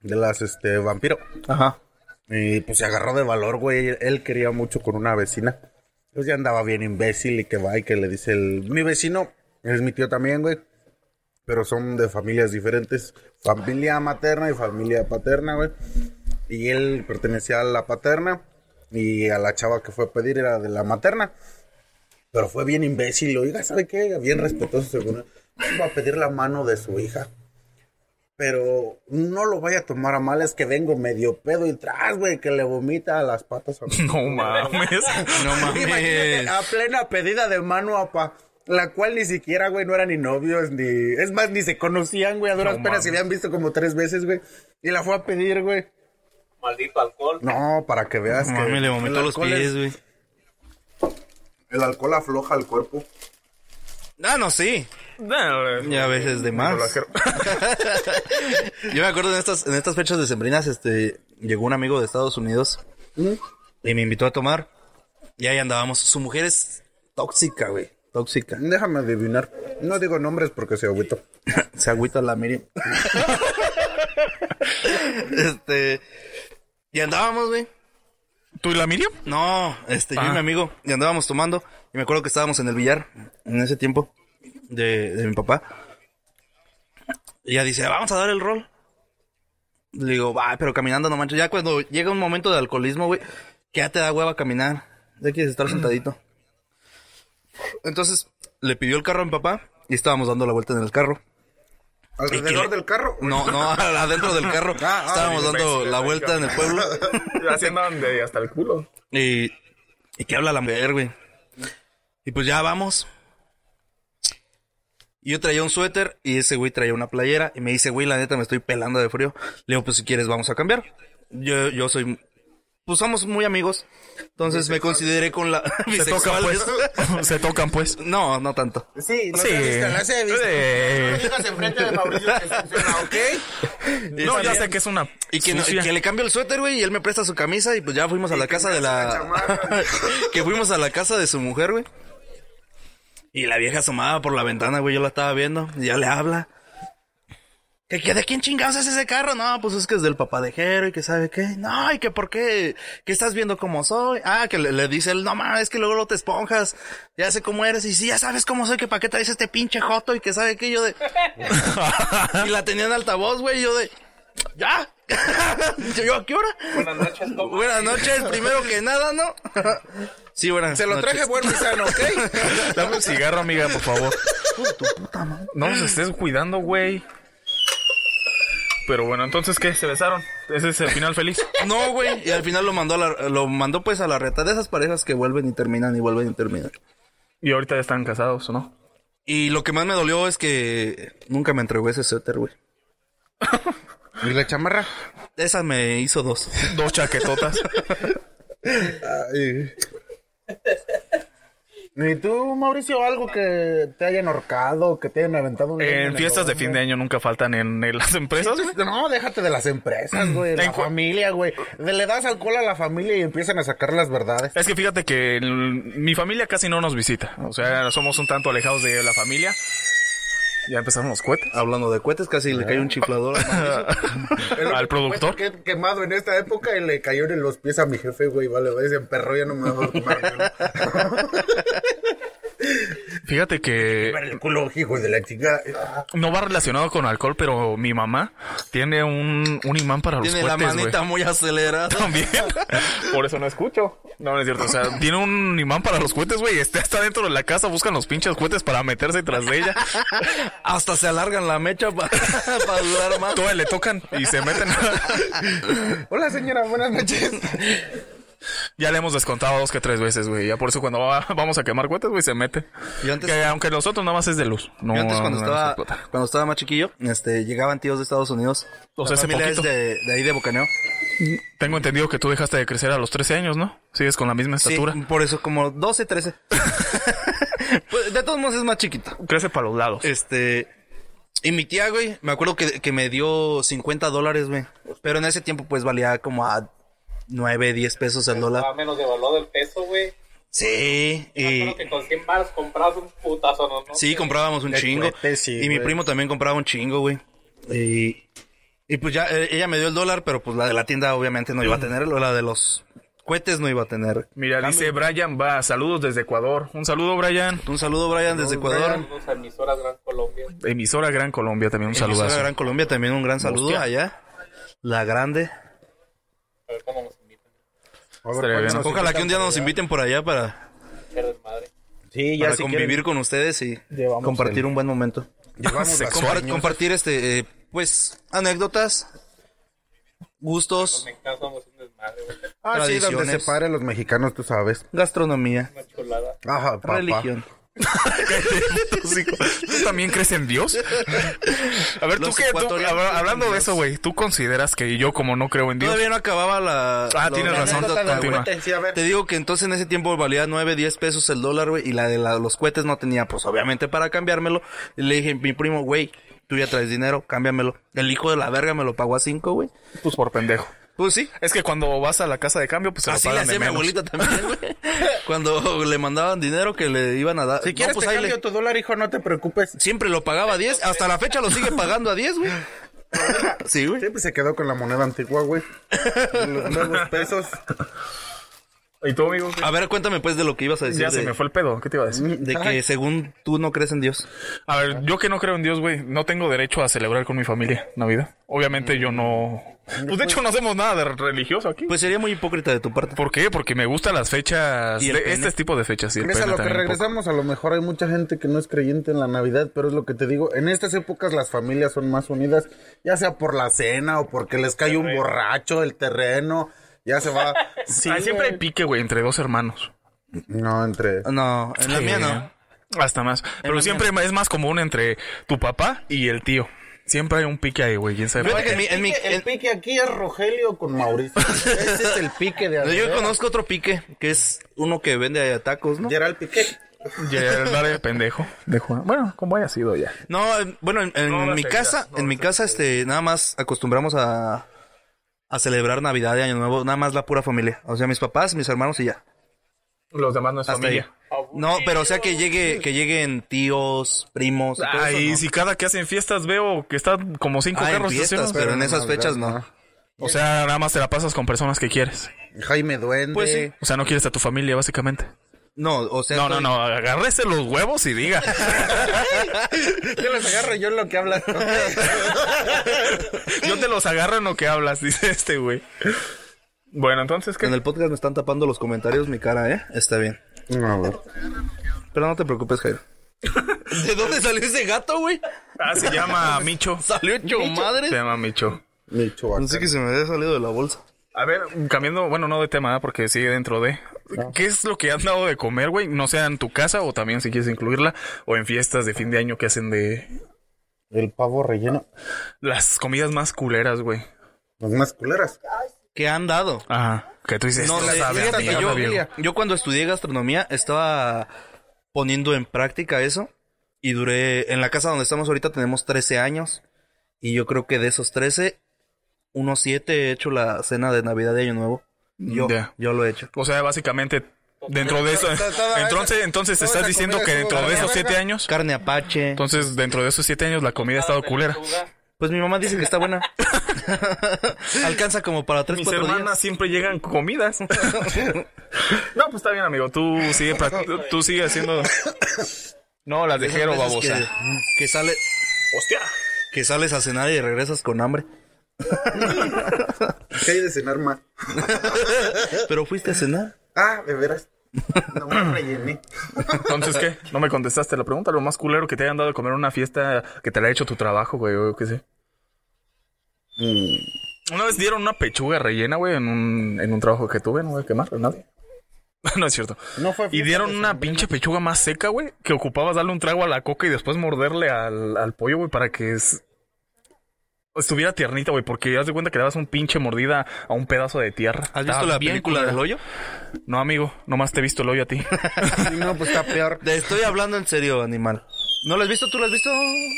D: de las, este, vampiro.
I: Ajá.
D: Y pues se agarró de valor, güey. Él quería mucho con una vecina. Pues ya andaba bien imbécil y que va y que le dice el... Mi vecino es mi tío también, güey. Pero son de familias diferentes. Familia materna y familia paterna, güey. Y él pertenecía a la paterna. Y a la chava que fue a pedir era de la materna. Pero fue bien imbécil. Oiga, ¿sabe qué? Bien respetuoso, según. él. Iba a pedir la mano de su hija pero no lo vaya a tomar a mal, es que vengo medio pedo y tras, güey, que le vomita a las patas. A
C: No mames.
B: No
D: Imagínate,
B: mames.
D: a plena pedida de mano, apa. La cual ni siquiera, güey, no eran ni novios, ni... Es más, ni se conocían, güey, a duras
C: No
D: penas se
C: mames.
D: habían visto como tres veces, güey. Y la fue a pedir, güey.
J: Maldito alcohol.
D: No, para que veas que...
B: Mami, le vomitó
D: el
B: los
D: alcohol es-
B: pies, güey.
D: El alcohol afloja el cuerpo.
B: Ah, no, sí.
C: Dale.
B: Y a veces de más. Yo me acuerdo en estas, en estas fechas decembrinas, este, llegó un amigo de Estados Unidos y me invitó a tomar. Y ahí andábamos. Su mujer es tóxica, güey. Tóxica.
D: Déjame adivinar. No digo nombres porque se agüito.
B: Se agüita la Miriam. este. Y andábamos, güey.
C: ¿Tú y la Miriam?
B: No, este, yo y
C: Ah.
B: mi amigo, y andábamos tomando, y me acuerdo que estábamos en el billar, en ese tiempo, de, de mi papá. Y ella dice, vamos a dar el rol. Le digo, va, pero caminando no manches. Ya cuando llega un momento de alcoholismo, güey, que ya te da hueva caminar. Ya quieres estar sentadito. Entonces, le pidió el carro a mi papá, y estábamos dando la vuelta en el carro.
D: ¿Alrededor del carro?
B: No, no, adentro del carro. estábamos dando
C: Ah, imbécil,
B: la
C: güey,
B: vuelta en el pueblo.
C: Así andaban de hasta el culo.
B: Y, y que habla la mujer, güey. Y pues ya vamos. Y yo traía un suéter y ese güey traía una playera. Y me dice, güey, la neta me estoy pelando de frío. Le digo, pues si quieres vamos a cambiar. Yo, yo soy... Pues somos muy amigos. Entonces me consideré con la...
C: Se tocan,
B: bisexual.
C: pues. Se tocan, pues.
B: No, no tanto.
D: Sí, no
C: Sí.
D: se viste, las he visto.
C: Sí.
D: Digas enfrente de Mauricio que funciona, ¿ok?
C: No, ya sé que es una.
B: Y que, no-
C: sucia.
B: que le cambio el suéter, güey, y él me presta su camisa y pues ya fuimos a la casa de la... que fuimos a la casa de su mujer, güey. Y la vieja asomaba por la ventana, güey, yo la estaba viendo y ya le habla. ¿Que, que de quién chingados es ese carro? No, pues es que es del papá de Jero y que sabe qué. No, y que por qué, que estás viendo cómo soy. Ah, que le, le dice él, no mames, que luego no te esponjas. Ya sé cómo eres y sí, ya sabes cómo soy, que para qué traes este pinche joto y que sabe qué. Yo de... y la tenía en altavoz, güey, yo de... ¿Ya? ¿Yo a qué hora?
J: Buenas noches, Tom.
B: Buenas noches, primero que nada, ¿no? Sí, buenas
D: Se lo traje
B: noches.
D: buen misano, ¿ok?
C: Dame un cigarro, amiga, por favor. No nos estés cuidando, güey. Pero bueno, entonces, ¿qué? ¿Se besaron? Ese es el final feliz.
B: No, güey. Y al final lo mandó, a la- lo mandó pues a la reta de esas parejas que vuelven y terminan y vuelven y terminan.
C: Y ahorita ya están casados, ¿o no?
B: Y lo que más me dolió es que nunca me entregó ese suéter, güey.
D: ¿Y la chamarra?
B: Esa me hizo dos.
C: Dos chaquetotas.
D: ¿Y tú, Mauricio, algo que te hayan ahorcado, que te hayan aventado un...
C: en fiestas de fin de año nunca faltan en, en las empresas, güey.
D: No, déjate de las empresas, güey, de la
C: En cu-
D: familia, güey. De- Le das alcohol a la familia y empiezan a sacar las verdades.
C: Es que fíjate que el- mi familia casi no nos visita. O sea, somos un tanto alejados de la familia. Ya empezaron los cohetes.
B: Hablando de cohetes, casi le cae un chiflador.
C: Al
B: Pues,
C: productor.
D: Fue pues, que- quemado en esta época y le cayó en los pies a mi jefe, güey. Vale, vale, ese perro ya no me va a tomar.
C: Fíjate que
D: el culo, hijo de la chica.
C: no va relacionado con alcohol, pero mi mamá tiene un, un imán para los
B: Tiene la
C: cohetes, güey.
B: manita muy acelerada.
C: también. Por eso no escucho. No, no es cierto. O sea, tiene un imán para los cohetes, güey. Está hasta dentro de la casa, buscan los pinches cohetes para meterse tras de ella.
B: Hasta se alargan la mecha para durar más.
C: Todavía le tocan y se meten.
D: Hola, señora, buenas noches.
C: ya le hemos descontado dos que tres veces, güey. Ya por eso cuando va- vamos a quemar cohetes, güey, se mete.
B: Yo antes-
C: Que aunque nosotros nada más es de luz. No,
B: Yo antes cuando
C: no, no,
B: estaba,
C: no, no, no.
B: cuando estaba más chiquillo, este, llegaban tíos de Estados Unidos.
C: O sea,
B: La
C: hace
B: familia es
C: poquito.
B: de, de ahí de Bocaneo.
C: Tengo entendido que tú dejaste de crecer a los 13 años, ¿no? Sigues con la misma
B: Sí,
C: estatura.
B: por eso como 12, 13. Pues, de todos modos es más chiquito.
C: Crece para los lados.
B: Este. Y mi tía, güey, me acuerdo que, que me dio 50 dólares, güey. Pero en ese tiempo, pues valía como a 9, 10 pesos el
J: Ah,
B: dólar.
J: menos de valor del peso, güey.
B: Sí,
J: Yo
B: y.
J: creo que con 100 baros comprabas un putazo, ¿no?
B: Sí, comprábamos un chingo.
D: cohete, sí,
B: y mi
D: güey.
B: primo también compraba un chingo, güey. Y, Y pues ya, eh, ella me dio el dólar, pero pues la de la tienda obviamente no iba a tenerlo, la de los cohetes no iba a tener.
C: Mira, dice Brian va, saludos desde Ecuador. Un saludo, Brian.
B: Un saludo, Brian, desde Ecuador.
J: Saludos a emisoras Gran Colombia.
C: Emisora Gran Colombia también, un
B: Saludos
C: saludazo.
B: a Gran Colombia, también un gran saludo
C: Hostia.
B: allá. La grande.
J: A ver cómo nos invitan.
C: Estaría bien.
B: Ojalá que un día nos inviten por allá para,
J: Ser desmadre.
H: Sí, ya
B: para
H: si
B: convivir
H: quieren,
B: con ustedes y
H: llevamos
B: compartir
H: el-
B: un buen momento.
D: Llevamos
B: Compar-
D: las cariñosas.
B: compartir este, eh, pues, anécdotas, gustos,
J: Me caso, somos un desmadre, güey.
D: Ah, sí, donde se
B: tradiciones.
D: paren los mexicanos, tú sabes.
B: gastronomía,
J: Una chulada.
D: Ajá, papá.
B: religión.
C: ¿Tú también crees en Dios? A ver, tú
B: Los
C: que tú,
B: ecuatorianos
C: habla-
B: creen
C: hablando
B: en
C: de
B: Dios.
C: eso, güey, ¿tú consideras que yo como no creo en Dios?
B: Todavía no acababa la.
C: Ah,
B: la-
C: tienes
B: la
C: razón,
B: anécdota, güey.
C: continúa.
H: Sí, a ver.
B: Te digo que entonces en ese tiempo valía 9, 10 pesos el dólar, güey, y la de la- los cohetes no tenía, pues obviamente para cambiármelo. Y le dije, mi primo, güey, tú ya traes dinero, cámbiamelo. El hijo de la verga me lo pagó a 5, güey.
C: Pues por pendejo.
B: Pues sí.
C: Es que cuando vas a la casa de cambio, pues se lo
B: Así le
C: pagan de
B: hacía mi
C: menos.
B: abuelita también, güey. Cuando le mandaban dinero que le iban a dar.
D: Si
B: No,
D: quieres
B: pues
D: te
B: ahí le-
D: Este cambio tu dólar, hijo, no te preocupes.
B: Siempre lo pagaba a 10, hasta la fecha lo sigue pagando a 10, güey. Sí, güey.
D: Siempre se quedó con la moneda antigua, güey. Y Los nuevos pesos.
C: ¿Y tú, amigo?
B: A ver, cuéntame pues de lo que ibas a decir.
C: Ya se
B: de-
C: me fue el pedo. ¿Qué te iba a decir?
B: De que según tú no crees en Dios.
C: A ver, yo que no creo en Dios, güey, no tengo derecho a celebrar con mi familia Navidad. Obviamente yo no... Pues de hecho no hacemos nada de religioso aquí.
B: Pues sería muy hipócrita de tu parte.
C: ¿Por qué? Porque me gustan las fechas...
B: Y el
C: de-
B: pene.
C: este tipo de fechas. y el
D: Es a
C: pene
D: lo que
C: también un poco.
D: regresamos. A lo mejor hay mucha gente que no es creyente en la Navidad, pero es lo que te digo. En estas épocas las familias son más unidas, ya sea por la cena o porque les cae un borracho, el terreno. Ya se va. Sí,
C: Ah, siempre hay pique, güey, entre dos hermanos.
D: No, entre.
B: No, en la
C: Sí.
B: mía no.
C: Hasta más. Pero
B: la
C: siempre es más común entre tu papá y el tío. Siempre hay un pique ahí, güey. ¿Quién sabe?
B: Fíjate que en mi- en mi- en-
D: pique aquí es Rogelio con Mauricio. Ese es el pique de
B: yo conozco otro pique, que es uno que vende tacos, ¿no?
D: Gerald Piqué.
C: Ya el bar de pendejo. De Juan. Bueno, como haya sido ya.
B: No, en- bueno, en, en
C: No, no
B: mi
C: sé,
B: casa,
C: ya, no,
B: en mi
C: no
B: casa, este, nada más acostumbramos a, a celebrar Navidad y Año Nuevo, nada más la pura familia. O sea, mis papás, mis hermanos y ya.
C: Los demás no es
B: Hasta ahí.
C: familia.
B: No, pero o sea que llegue, que lleguen tíos, primos, y todo eso,
C: Ay,
B: no.
C: si cada que hacen fiestas veo que están como cinco
B: Ah, en
C: carros
B: fiestas,
C: estacionados.
B: pero en esas fechas no.
C: O sea, nada más te la pasas con personas que quieres.
D: Jaime Duende.
B: Pues sí.
C: O sea, no quieres a tu familia, básicamente.
B: No, o sea.
C: No, no,
B: estoy-
C: no. Agárrese los huevos y diga.
D: Yo los agarro yo en lo que hablas.
C: Yo te los agarro en lo que hablas, dice este güey. Bueno, entonces, ¿qué?
B: En el podcast me están tapando los comentarios mi cara, ¿eh? Está bien.
D: No, güey.
B: Pero no te preocupes, Jairo. ¿De dónde salió ese gato, güey?
C: Ah, se llama Micho.
B: Salió hecho madre.
C: Se llama Micho.
D: Mi chubaca.
B: No sé que se me había salido de la bolsa.
C: A ver, cambiando, bueno, no de tema, ¿eh? porque sigue dentro de. ¿Qué es lo que han dado de comer, güey? No sea en tu casa o también si quieres incluirla o en fiestas de fin de año que hacen de
D: El pavo relleno.
C: las comidas más culeras, güey.
D: Las más culeras.
B: ¿Qué han dado?
C: Ajá. Que tú dices,
B: No
C: "Esto
B: sé,
C: Este sabe a
B: fíjate que
C: mierda,
B: yo,
C: viejo".
B: yo cuando estudié gastronomía estaba poniendo en práctica eso y duré en la casa donde estamos ahorita tenemos 13 años y yo creo que de esos 13 unos 7 he hecho la cena de Navidad de Año Nuevo. Yo
C: Ya.
B: yo lo he hecho.
C: O sea, básicamente dentro de eso.
D: Toda- toda-
C: Entonces, entonces
D: toda
C: estás
D: esa
C: diciendo
D: comida
C: que
D: estuvo
C: dentro de
D: de la
C: esos siete
D: verga.
C: años,
B: Carne apache.
C: entonces dentro de esos siete años la comida ha estado culera.
B: Pues mi mamá dice que está buena. Alcanza como para 3
C: Mis
B: 4
C: hermanas
B: días.
C: siempre llegan con comidas. no, pues está bien, amigo. Tú sigue, prac- tú- tú sigue haciendo. No, las de
B: Esas
C: Jero,
B: veces
C: babosa.
B: Que, que sale
C: Hostia.
B: que sales a cenar y regresas con hambre.
D: ¿Qué hay de cenar más?
B: Pero fuiste a cenar.
D: Ah, de veras. No me rellené.
C: Entonces, ¿qué? No me contestaste la pregunta. Lo más culero que te hayan dado de comer en una fiesta que te la ha hecho tu trabajo, güey. o Yo qué sé.
D: Mm.
C: Una vez dieron una pechuga rellena, güey, en un, en un trabajo que tuve. No voy a quemar a nadie. no es cierto.
D: No fue
C: Y dieron una pinche pechuga más seca, güey, que ocupabas darle un trago a la coca y después morderle al, al pollo, güey, para que es- estuviera tiernita, güey, porque haz de cuenta que le das un pinche mordida a un pedazo de tierra.
B: ¿Has
C: Estaba
B: visto la
C: bien
B: película
C: culera.
B: del hoyo?
C: No, amigo, nomás te he visto el hoyo a ti.
D: Sí, no, pues está peor.
B: Te estoy hablando en serio, animal. ¿No lo has visto? ¿Tú lo has visto,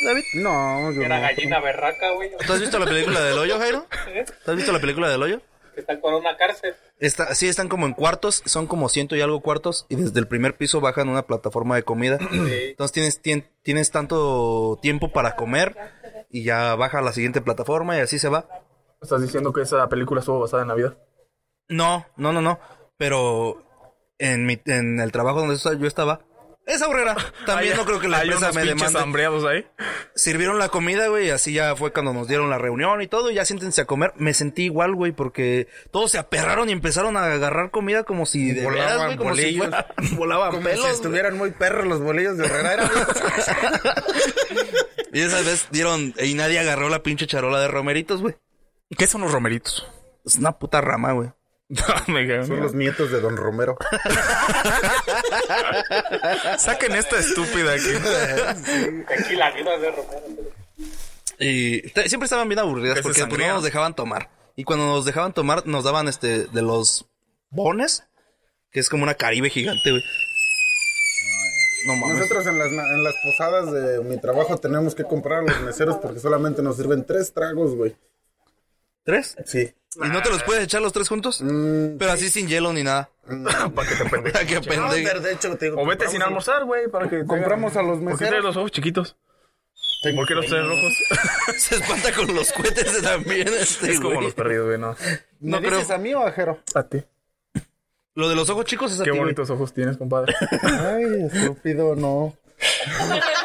B: David?
D: No, yo
J: Era
D: no.
J: gallina berraca, güey.
B: ¿Tú has visto la película del hoyo, Jairo? ¿Tú has visto la película del hoyo?
J: Que están con una cárcel.
B: Está, sí, están como en cuartos, son como ciento y algo cuartos, y desde el primer piso bajan una plataforma de comida. Entonces tienes, tien- tienes tanto tiempo para comer y ya baja a la siguiente plataforma y así se va.
C: ¿Estás diciendo que esa película estuvo basada en Navidad?
B: No, no, no, no. Pero en, mi, en el trabajo donde esta- yo estaba, esa horrera. También
C: Hay-
B: no creo que la
C: hay
B: empresa
C: unos
B: me
C: pinches
B: demande.
C: hambreados ahí.
B: Sirvieron la comida, güey, y así ya fue cuando nos dieron la reunión y todo, y ya siéntense a comer. Me sentí igual, güey, porque todos se aperraron y empezaron a agarrar comida como si de
D: Volaban
B: veras, güey, como si
D: bolillos.
B: fuera- volaban
D: Como
B: pelos,
D: si
B: güey.
D: estuvieran muy perros los bolillos de Herrera. Era
B: Y esa vez dieron, y nadie agarró la pinche charola de romeritos, güey.
C: ¿Qué son los romeritos?
B: Es una puta rama, güey.
C: Me cago.
D: Son los nietos de Don Romero.
C: Saquen esta estúpida aquí.
J: Aquí la vida de Romero.
B: Y te- siempre estaban bien aburridas
C: Ese
B: porque pues,
C: sangría.
B: no nos dejaban tomar. Y cuando nos dejaban tomar, nos daban este de los bones, que es como una caribe gigante, güey. No mames.
D: Nosotros en las, na- en las posadas de mi trabajo tenemos que comprar a los meseros porque solamente nos sirven tres tragos, güey.
B: ¿Tres?
D: Sí.
B: ¿Y no te los puedes echar los tres juntos? Pero así sin hielo ni nada.
C: Para que te pendejes.
B: Para que pendeje.
D: de hecho, te digo,
C: O vete sin
D: compramos
C: almorzar, güey, para que... te
D: Compramos
C: hagan-
D: a los
C: ¿Por qué
D: meseros.
C: traes los ojos chiquitos? ¿Por qué los traes rojos?
B: Se espanta con los cohetes también. Este,
C: es como
B: güey.
C: los perdidos, güey, no.
B: No
D: ¿Me
B: creo.
D: dices a mí o a Jero?
C: A ti.
B: Lo de los ojos chicos es a
C: Qué
B: ti, güey.
C: bonitos ojos tienes, compadre.
D: Ay, estúpido, no.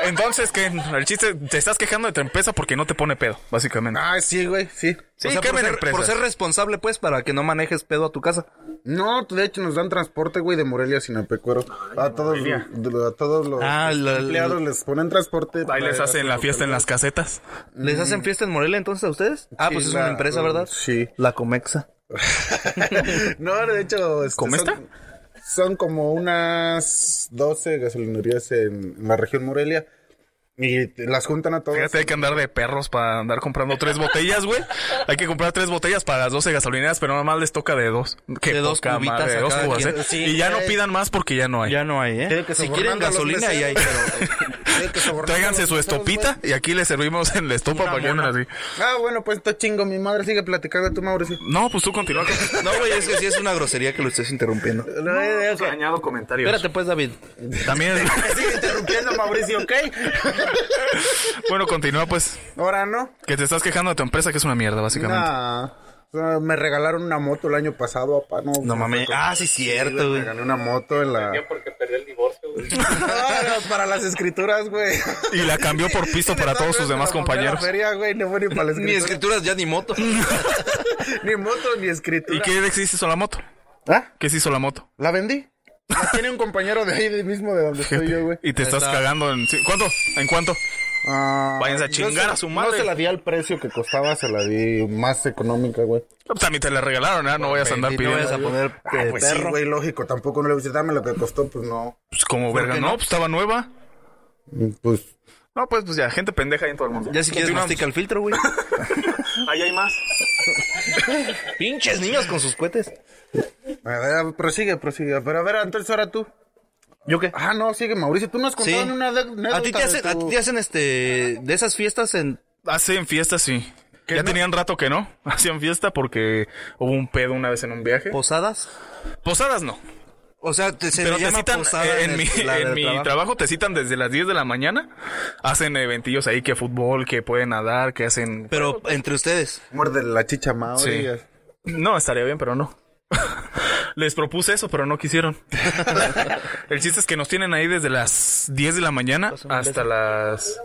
C: Entonces, ¿qué? El chiste, te estás quejando de tu empresa porque no te pone pedo, básicamente.
D: Ah, sí, güey, sí.
B: Sí,
C: O sea,
B: quemen
C: por ser-
B: empresas.
C: por
B: por
C: ser
B: ser responsable, pues, para que no manejes pedo a tu casa.
D: No, de hecho nos dan transporte, güey, de Morelia a Sinapecuero. A todos, de- a todos los
B: Ah, la- la-
D: empleados les ponen transporte.
C: Ahí
D: para-
C: les hacen la fiesta en las casetas.
B: ¿Les hacen fiesta en Morelia entonces a ustedes? Ah,
D: Sí,
B: pues es
D: la-
B: una empresa, ¿verdad?
D: sí.
B: La Comexa.
D: No, de hecho... este,
C: ¿Comesta?
D: Son, son como unas 12 gasolinerías en, en la región Morelia. Y te- las juntan a todas.
C: Fíjate, hay que andar de perros para andar comprando tres botellas, güey. Hay que comprar tres botellas para las 12 gasolineras, pero nada más les toca de dos. Qué
B: De dos
C: poca
B: cubitas
C: madre,
B: a
C: de dos
B: cada
C: cubas,
B: quien.
C: ¿eh?
B: Sí,
C: y ya no
D: güey.
C: pidan más porque ya no hay.
B: no hay, ¿eh? Si quieren
D: sobornando a los
B: gasolina, ahí hay,
D: meseros.
B: pero...
D: Tienen que sobornar a
C: Tráiganse
D: los
C: su
D: meseros,
C: estopita
D: güey.
C: y aquí les servimos en la estopa para que anden así.
D: Ah, bueno, pues esto chingo. Mi madre sigue platicando. Tú, Mauricio.
C: No, pues tú continúa. con-
B: No, güey, es que sí es una grosería que lo estés interrumpiendo.
D: No,
C: Añado comentarios.
B: Espérate, pues, David.
C: También.
D: sigue interrumpiendo, Mauricio, ¿ok?
C: bueno, continúa, pues.
D: Ahora no.
C: Que te estás quejando de tu empresa, que es una mierda, básicamente.
D: Nah. O sea, me regalaron una moto el año pasado, papá. No,
B: No mames. Ah, sí, cierto,
D: Me
B: güey.
D: gané una moto en la.
J: Yo porque perdí el divorcio, güey.
D: Ah, para las escrituras, güey.
C: Y la cambió por pisto para todos sus demás
D: Me la pagué a la
C: compañeros.
D: feria, güey, no fue ni para las
B: Ni
D: escrituras.
B: escrituras ya ni moto.
D: Ni moto, ni
C: ¿Y
D: escritura.
C: qué existe hizo la moto?
D: ¿Ah?
C: ¿Qué se hizo la moto?
D: La vendí. La tiene un compañero de ahí de mismo de donde estoy yo, güey.
C: Y te estás
B: está.
C: cagando en... sí, ¿Cuánto? ¿En cuánto?
D: Ah,
C: Váyanse a
D: yo
C: chingar
D: se-
C: a su madre.
D: No se la di al precio que costaba, se la di más económica, güey.
C: Pues También te la regalaron, ¿eh? No vayas a andar
B: no
C: pidiendo.
B: vayas a poner
D: Ah,
B: eh,
D: pues sí,
B: perro.
D: güey, lógico. Tampoco no le voy a decir, dame lo que costó, pues no.
C: Pues como verga, no? pues estaba nueva.
D: Pues
C: No, pues, pues ya, gente pendeja ahí en todo el mundo.
B: ya si quieres mastica el filtro, güey.
C: Ahí hay más.
B: Pinches niños con sus cohetes.
D: A ver, prosigue, prosigue. Pero a ver, entonces ahora tú.
B: ¿Yo qué?
D: Ah, no, sigue, Mauricio. Tú no has
B: Sí.
D: contado ni una anécdota.
B: A ti te
D: de
B: hacen, a
D: tu-
B: ti te hacen este... De esas fiestas en...
C: Hacen fiesta, Ah, sí. Ya tenían rato que no. Hacían fiesta porque hubo un pedo una vez en un viaje.
B: ¿Posadas?
C: Posadas no.
B: O sea, te, se
C: Pero
B: le
C: te
B: llama
C: citan
B: posada
C: eh, en,
B: el-
C: mi,
B: la
C: en
B: del
C: mi trabajo.
B: trabajo.
C: te citan desde las 10 de la mañana. Hacen eventillos ahí que fútbol, que pueden nadar, que hacen...
B: Pero
D: pues,
B: entre ustedes.
D: Muerde la chicha Mauri.
C: Sí. No, estaría bien, pero no. Les propuse eso, pero no quisieron. El chiste es que nos tienen ahí desde las 10 de la mañana
B: Pues
C: hasta las...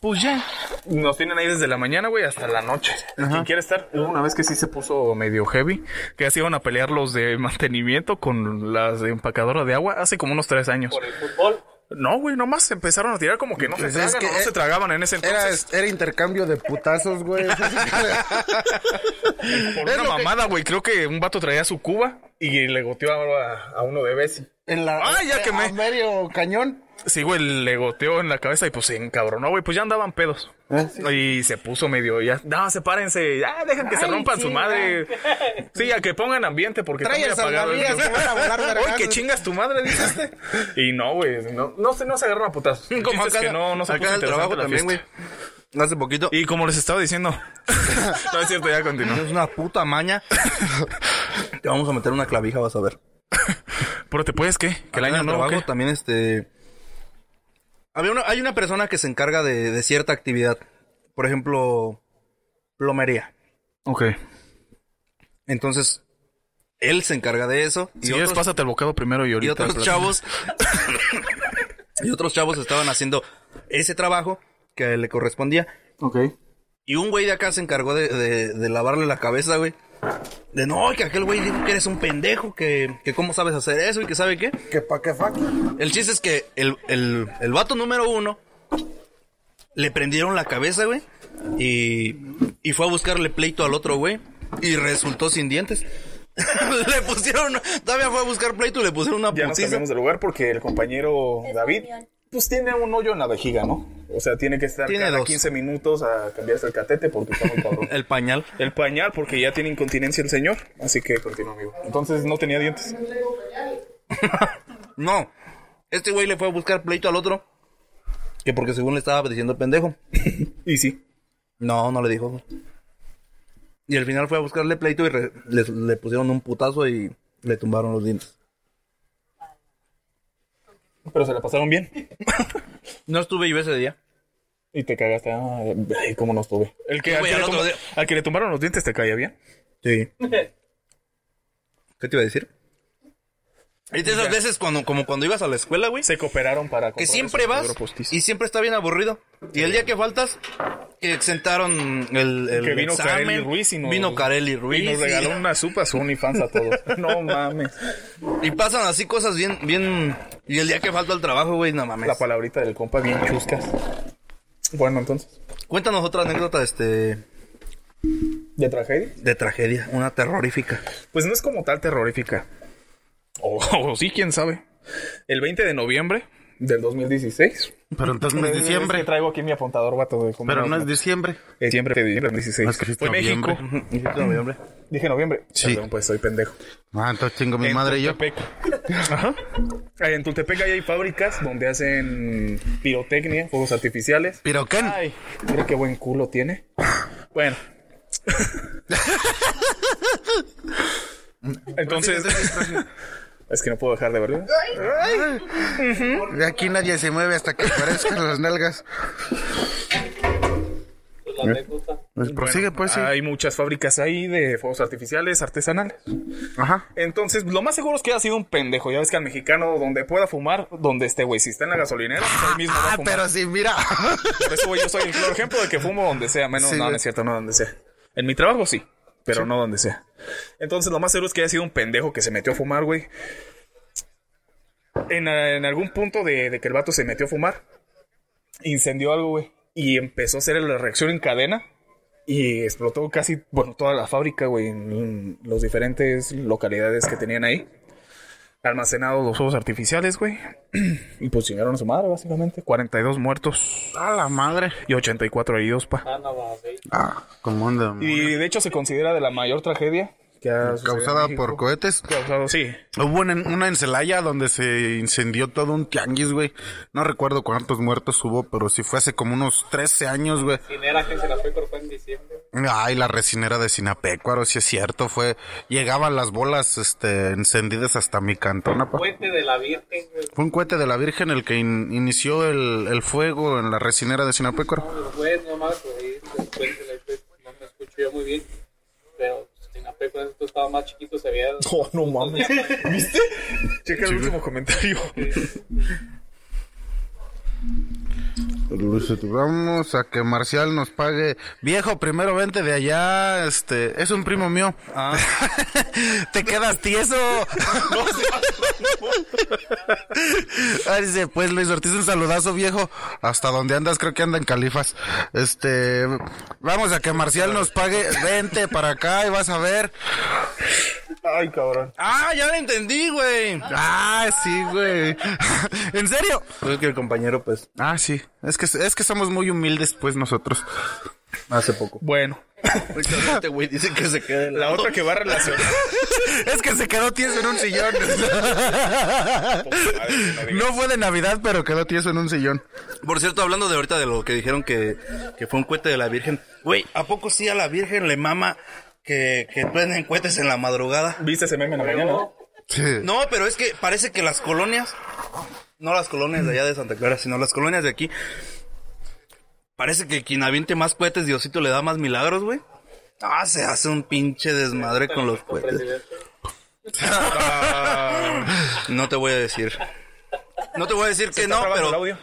C: Pues ya. Nos tienen ahí desde la mañana, güey, hasta la noche. Quien quiere estar. Hubo una vez que sí se puso medio heavy, que ya se iban a pelear los de mantenimiento con las de empacadora de agua hace como unos tres años.
J: Por el fútbol.
C: No, güey, nomás empezaron a tirar como que no se
D: Pues es
C: tragan
D: que
C: o no
D: e-
C: se tragaban en ese entonces.
D: Era, era intercambio de putazos, güey.
C: Por una mamada, güey. Creo que un vato traía su cuba y le goteó a, a uno de Bessie.
D: en la,
C: Ah, ya
D: eh,
C: quemé.
D: a medio cañón.
C: Sí, güey, le goteó en la cabeza y pues se encabronó, güey. Pues ya andaban pedos.
D: Ah,
C: Y se puso medio ya. No, sepárense. Ya, dejan que se rompan su madre. Sí, a que pongan ambiente porque
D: Trae el
C: está muy apagado.
D: salvavidas, te van a volar
C: Oye,
D: vergazos.
C: que chingas tu madre, dijiste. Y no, güey. No, no, se, no se agarraron a putazos. El
B: Como
C: chiste es
B: acá-
C: que no, no se
B: acá en
C: puso
B: el
C: interesante
B: trabajo
C: la
B: también,
C: fiesta.
B: Hace poquito.
C: Y como les estaba diciendo. no es cierto, ya continúo.
B: Es una puta maña. Te vamos a meter una clavija, vas a ver.
C: Pero te puedes, ¿qué? Que el
B: Acá en
C: año nuevo.
B: trabajo
C: ¿qué?
B: también este Había una- hay una persona que se encarga de, de cierta actividad. Por ejemplo, plomería.
C: Ok.
B: Entonces, él se encarga de eso. Y
C: Si quieres,
B: otros,
C: pásate el bocado primero y
B: y
C: ahorita.
B: otros
C: platicamos.
B: chavos. y otros chavos estaban haciendo ese trabajo que le correspondía.
C: Ok.
B: Y un güey de acá se encargó de, de- de lavarle la cabeza, güey. De no, que aquel güey dijo que eres un pendejo, que, que cómo sabes hacer eso y que sabe qué.
D: Que pa' que fa.
B: El chiste es que el, el, el vato número uno le prendieron la cabeza, güey. Y, y fue a buscarle pleito al otro, güey. Y resultó sin dientes. le pusieron, todavía fue a buscar pleito y le pusieron una
C: Ya nos
B: putiza.
C: cambiamos de lugar porque el compañero David, pues tiene un hoyo en la vejiga, ¿no? O sea, tiene que estar
B: Tiene
C: cada
B: dos.
C: 15 minutos a cambiarse el catete porque está muy cabrón.
B: El pañal.
C: el pañal porque ya tiene incontinencia el señor. Así que continúa, amigo. Entonces no tenía dientes.
B: No. Este güey le fue a buscar pleito al otro. Que porque según le estaba diciendo pendejo.
C: Y sí.
B: No, no le dijo. güey. Y al final fue a buscarle pleito y re- le, le pusieron un putazo y le tumbaron los dientes.
C: Pero se la pasaron bien.
B: No estuve yo ese día.
C: Y te cagaste. Ah, Ay, cómo no estuve. El que,
B: Sí,
C: al,
B: güey,
C: que
B: al
C: le
B: otro
C: tumba-
B: día.
C: al que le tumbaron los dientes te caía bien.
B: Sí. ¿Qué te iba a decir? Es de esas veces cuando, como cuando ibas a la escuela, güey.
C: Se cooperaron
B: Que
C: para... comprar
B: siempre
C: ese
B: vas
C: cuadro postizo.
B: y siempre está bien aburrido. Y el día que faltas, que exentaron el, el
C: Que vino
B: examen.
C: Kareli Ruiz y nos-
B: vino Kareli Ruiz.
C: Y nos regaló una sopa su OnlyFans a todos. no mames.
B: y pasan así cosas bien, bien. Y el día que falta al trabajo, güey, no mames.
C: La palabrita del compa bien chuscas. Bueno, entonces.
B: Cuéntanos otra anécdota, este,
C: ¿De tragedia?
B: de tragedia, una terrorífica.
C: Pues no es como tal terrorífica. O o sí, quién sabe. El 20 de noviembre del 2016.
H: Pero entonces no es
C: Es que
H: diciembre.
C: traigo aquí mi apuntador, vato. De
H: Pero no es diciembre.
C: Diciembre, de diciembre del
H: Ah, es que
C: 16.
H: es
C: Fue México.
H: noviembre.
C: Dije noviembre.
H: Sí.
C: Perdón, pues soy pendejo.
H: Ah, entonces chingo mi
C: En
H: madre y yo.
C: Tultepec. Ajá. En Tultepec ahí hay fábricas donde hacen pirotecnia, fuegos artificiales.
H: ¿Pero qué?
C: Ay, mira qué buen culo tiene. Bueno. Entonces, es que no puedo dejar de verlo.
H: De aquí nadie se mueve hasta que aparezcan las nalgas. Pues prosigue, pues sí.
C: Hay muchas fábricas ahí de fuegos artificiales, artesanales.
H: Ajá.
C: Entonces, lo más seguro es que haya sido un pendejo. Ya ves que al mexicano, donde pueda fumar, donde esté, güey. Si está en la gasolinera, pues ahí mismo va a
H: Ah,
C: fumar.
H: pero sí, mira.
C: Por eso, güey, yo soy el claro ejemplo de que fumo donde sea, menos
H: Sí,
C: no, no
H: güey.
C: es cierto, no donde sea. En mi trabajo sí, pero no donde sea. Entonces, lo más seguro es que haya sido un pendejo que se metió a fumar, güey. En, eh, en algún punto de, de que el vato se metió a fumar, incendió algo, güey, y empezó a hacer la reacción en cadena y explotó casi, bueno, toda la fábrica, güey, en los diferentes localidades que tenían ahí. Almacenados los fuegos artificiales, güey. Y pues llegaron a su madre, básicamente. 42 muertos
H: A la madre.
C: y 84 heridos, pa.
H: Ah, como onda.
C: Y de hecho se considera de la mayor tragedia que ha sucedido
H: Causada
C: en México.
H: por cohetes.
C: Causado, sí.
H: Hubo una, en- una en Celaya donde se incendió todo un tianguis, güey. No recuerdo cuántos muertos hubo, pero sí fue hace como unos 13 años, güey.
J: Dinera que se la fue, pero fue en diciembre.
H: Ay, la resinera de Sinapecuaro, sí es cierto, fue... Llegaban las bolas, este, encendidas hasta mi cantona, pa.
J: Puente de la Virgen, güey.
H: Fue un cohete de la Virgen el que in- inició el, el fuego en la resinera de Sinapecuaro.
J: Pero, güey, no mames, pues ahí el puente de la Virgen, no me escucho yo muy bien. Pero pues, en la pe- cuando esto estaba más chiquito, se veía.
C: Oh, no mames. ¿Viste? Checa el último comentario.
H: Luis, Vamos a que Marcial nos pague. Viejo, primero vente de allá, este, es un primo mío. Te quedas tieso. Ah, Dice, pues Luis Ortiz, un saludazo, viejo. Hasta donde andas, creo que andan califas. Este, vamos a que Marcial nos pague. Vente para acá y vas a ver.
C: Ay, cabrón.
B: Ah, ya la entendí, güey.
H: Ah, sí, güey. ¿En serio?
B: Pues es que el compañero, pues,
H: Ah, sí. Es que, es que somos muy humildes, pues, nosotros.
B: hace poco.
C: Bueno,
B: Este güey dice que se quede
C: la otra que va relacionada.
H: Es que se quedó tieso en un sillón. No fue de Navidad, pero quedó tieso en un sillón.
B: Por cierto, hablando de ahorita de lo que dijeron que, que fue un cohete de la Virgen. Güey, ¿a poco sí a la Virgen le mama que, que prenden cohetes en la madrugada?
C: ¿Viste ese meme en la mañana?
H: Sí.
B: No, pero es que parece que las colonias no las colonias de allá de Santa Clara, sino las colonias de aquí. Parece que quien aviente más cohetes, Diosito le da más milagros, güey. Ah, se hace un pinche desmadre con los cohetes.
J: Presidente.
B: No te voy a decir. No te voy a decir que no,
C: ¿Trabando el
B: pero
C: audio?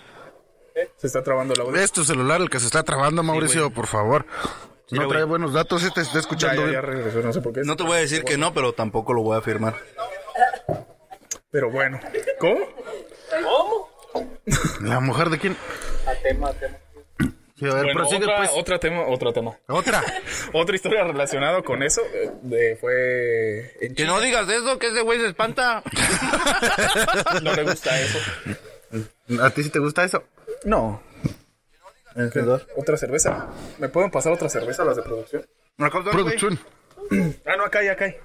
C: Se está trabando el audio.
H: ¿Ves tu celular el que se está trabando, Mauricio? por favor. No trae buenos datos, este te está
C: Ya,
H: escuchando
C: ya, ya
H: bien.
C: regresó, no sé por qué.
B: no te voy a decir que no, pero tampoco lo voy a afirmar.
C: Pero bueno. ¿Cómo?
H: ¿La mujer de quién?
J: A tema, a tema.
H: Sí, a ver,
C: Bueno,
H: prosigue,
C: otra,
H: pues.
C: otra tema, otro tema.
H: Otra.
C: Otra historia relacionada con eso eh, de- fue... en
B: Que no digas eso, que ese güey se espanta.
C: Chile. No le gusta eso.
H: ¿A ti sí te gusta eso?
C: No. ¿Otra cerveza? ¿Me pueden pasar otra cerveza, las de producción?
H: Producción.
C: Ah, no, acá hay, acá hay.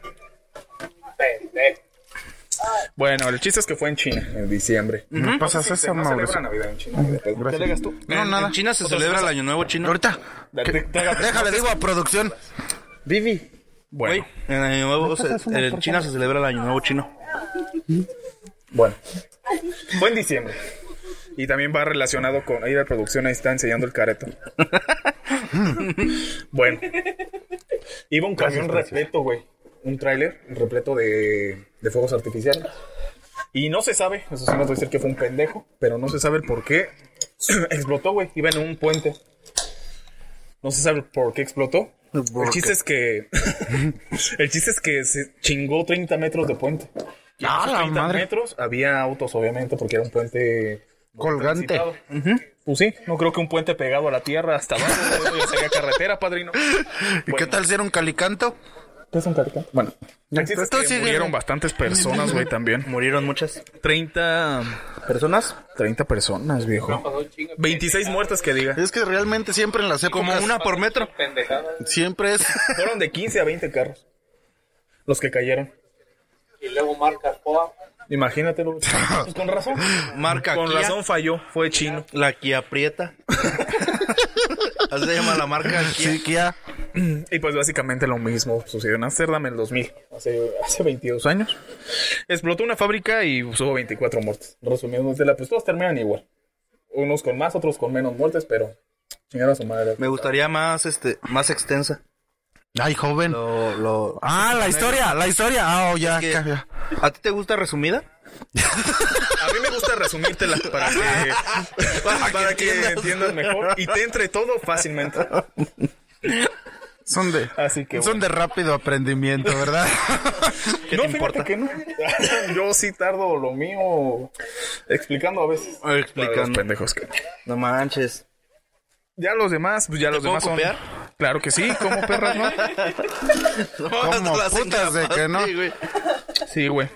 C: Bueno, el chiste es que fue en China, en diciembre.
H: No pasas
C: Se
H: eso,
C: no celebra
H: Mauricio.
C: Navidad en China. Pues, ¿Qué le hagas tú?
H: No,
B: En
H: nada.
B: China se celebra el Año Nuevo Chino.
H: Ahorita.
C: Date-
H: que-
C: date-
H: Déjale, digo a producción. Vivi.
B: Güey,
C: Bueno,
B: en Año Nuevo se- en China se celebra el Año Nuevo Chino.
C: bueno. Fue en diciembre. Y también va relacionado con... Ahí la producción ahí está enseñando el careto. bueno. Iba un camión repleto, güey. Un tráiler repleto de, de fuegos artificiales. Y no se sabe, eso sí no voy a decir que fue un pendejo, pero no se sabe el por qué explotó, güey. Iba en un puente. No se sabe por qué explotó. el chiste es que... el chiste es que se chingó 30 metros de puente. Y en
H: ¡Ah,
C: esos
H: la
C: 30
H: madre!
C: metros había autos, obviamente, porque era un puente...
H: Colgante.
C: transitado. Pues sí, no creo que un puente pegado a la tierra hasta abajo güey, ya sería carretera, padrino.
H: ¿Y qué tal si era un calicanto?
C: Bueno, el chiste es
H: Tú
C: que
H: sigue,
C: murieron
H: güey.
C: bastantes personas, güey, también.
B: Murieron muchas.
C: 30 personas, 30 personas, viejo.
J: Pasó un chingo de
C: 26 muertes que diga.
H: Es que realmente siempre en las épocas.
B: Como una por metro.
J: pendejadas.
H: Siempre es.
C: Fueron de 15 a 20 carros los que cayeron.
J: Y luego marca Poa.
C: Imagínatelo. Pues con razón.
B: Marca
C: Con
B: Kia.
C: razón falló, fue chino.
B: La Kia aprieta. Así se llama la marca Kia.
H: Sí, que ya.
C: Y pues básicamente lo mismo sucedió en Amsterdam en el 2000, hace, hace 22 años. Explotó una fábrica y pues, hubo 24 muertes. Resumiendo, desde la pues todos terminan igual. Unos con más, otros con menos muertes, pero chingaron a su madre.
B: Me gustaría más, este, más extensa.
H: Ay, joven.
B: Lo, lo...
H: Ah, la historia, la historia. Ah, oh, ya,
B: que-
H: ya, ya.
B: ¿A ti te gusta resumida?
C: A mí me gusta resumírtela para que, para que entiendas mejor y te entre todo fácilmente.
H: Son de.
C: Así que
H: Son de rápido aprendimiento, ¿verdad?
C: ¿Qué no, te importa? que no. Yo sí tardo lo mío explicando a veces. Para los
B: Explicando.
C: pendejos que-
B: No manches.
C: Ya los demás, pues ya los
B: puedo
C: demás son.
B: copiar?
C: Claro que sí, como perras, ¿no?
H: Como putas de que no.
C: Sí, güey.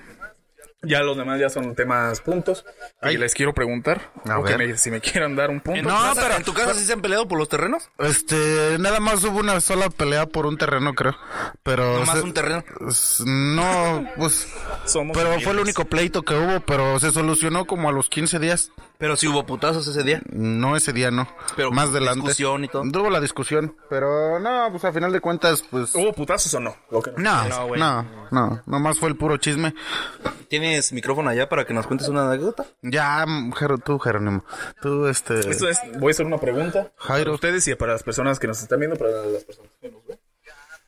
C: Ya los demás ya son temas puntos. Y les quiero preguntar
H: A
C: o que
H: ver.
C: me- si me quieran dar un punto.
H: No, pero-
B: ¿En tu casa sí se han peleado por los terrenos?
H: Este, nada más hubo una sola pelea por un terreno, creo. Pero.
B: Nomás
H: se-
B: un terreno.
H: s- No, pues.
C: Somos
H: Pero fue el
C: humildes.
H: único pleito que hubo, pero se solucionó como a los 15 días.
B: Pero sí hubo putazos ese día.
H: No, ese día no.
B: Pero
H: más adelante.
B: discusión y todo.
H: Hubo la discusión, pero no, pues a final de cuentas, pues.
C: ¿Hubo putazos o no? Lo que no.
H: No,
B: No,
H: no,
B: güey.
H: no, nomás fue el puro chisme.
B: ¿Tienes micrófono allá para que nos cuentes una anécdota?
H: Ya, mm, Jero- tú, Jerónimo. Tú, este.
C: Esto es, voy a hacer una pregunta. Para
H: Jairo.
C: ustedes y para las personas que nos están viendo, para las personas que nos ven.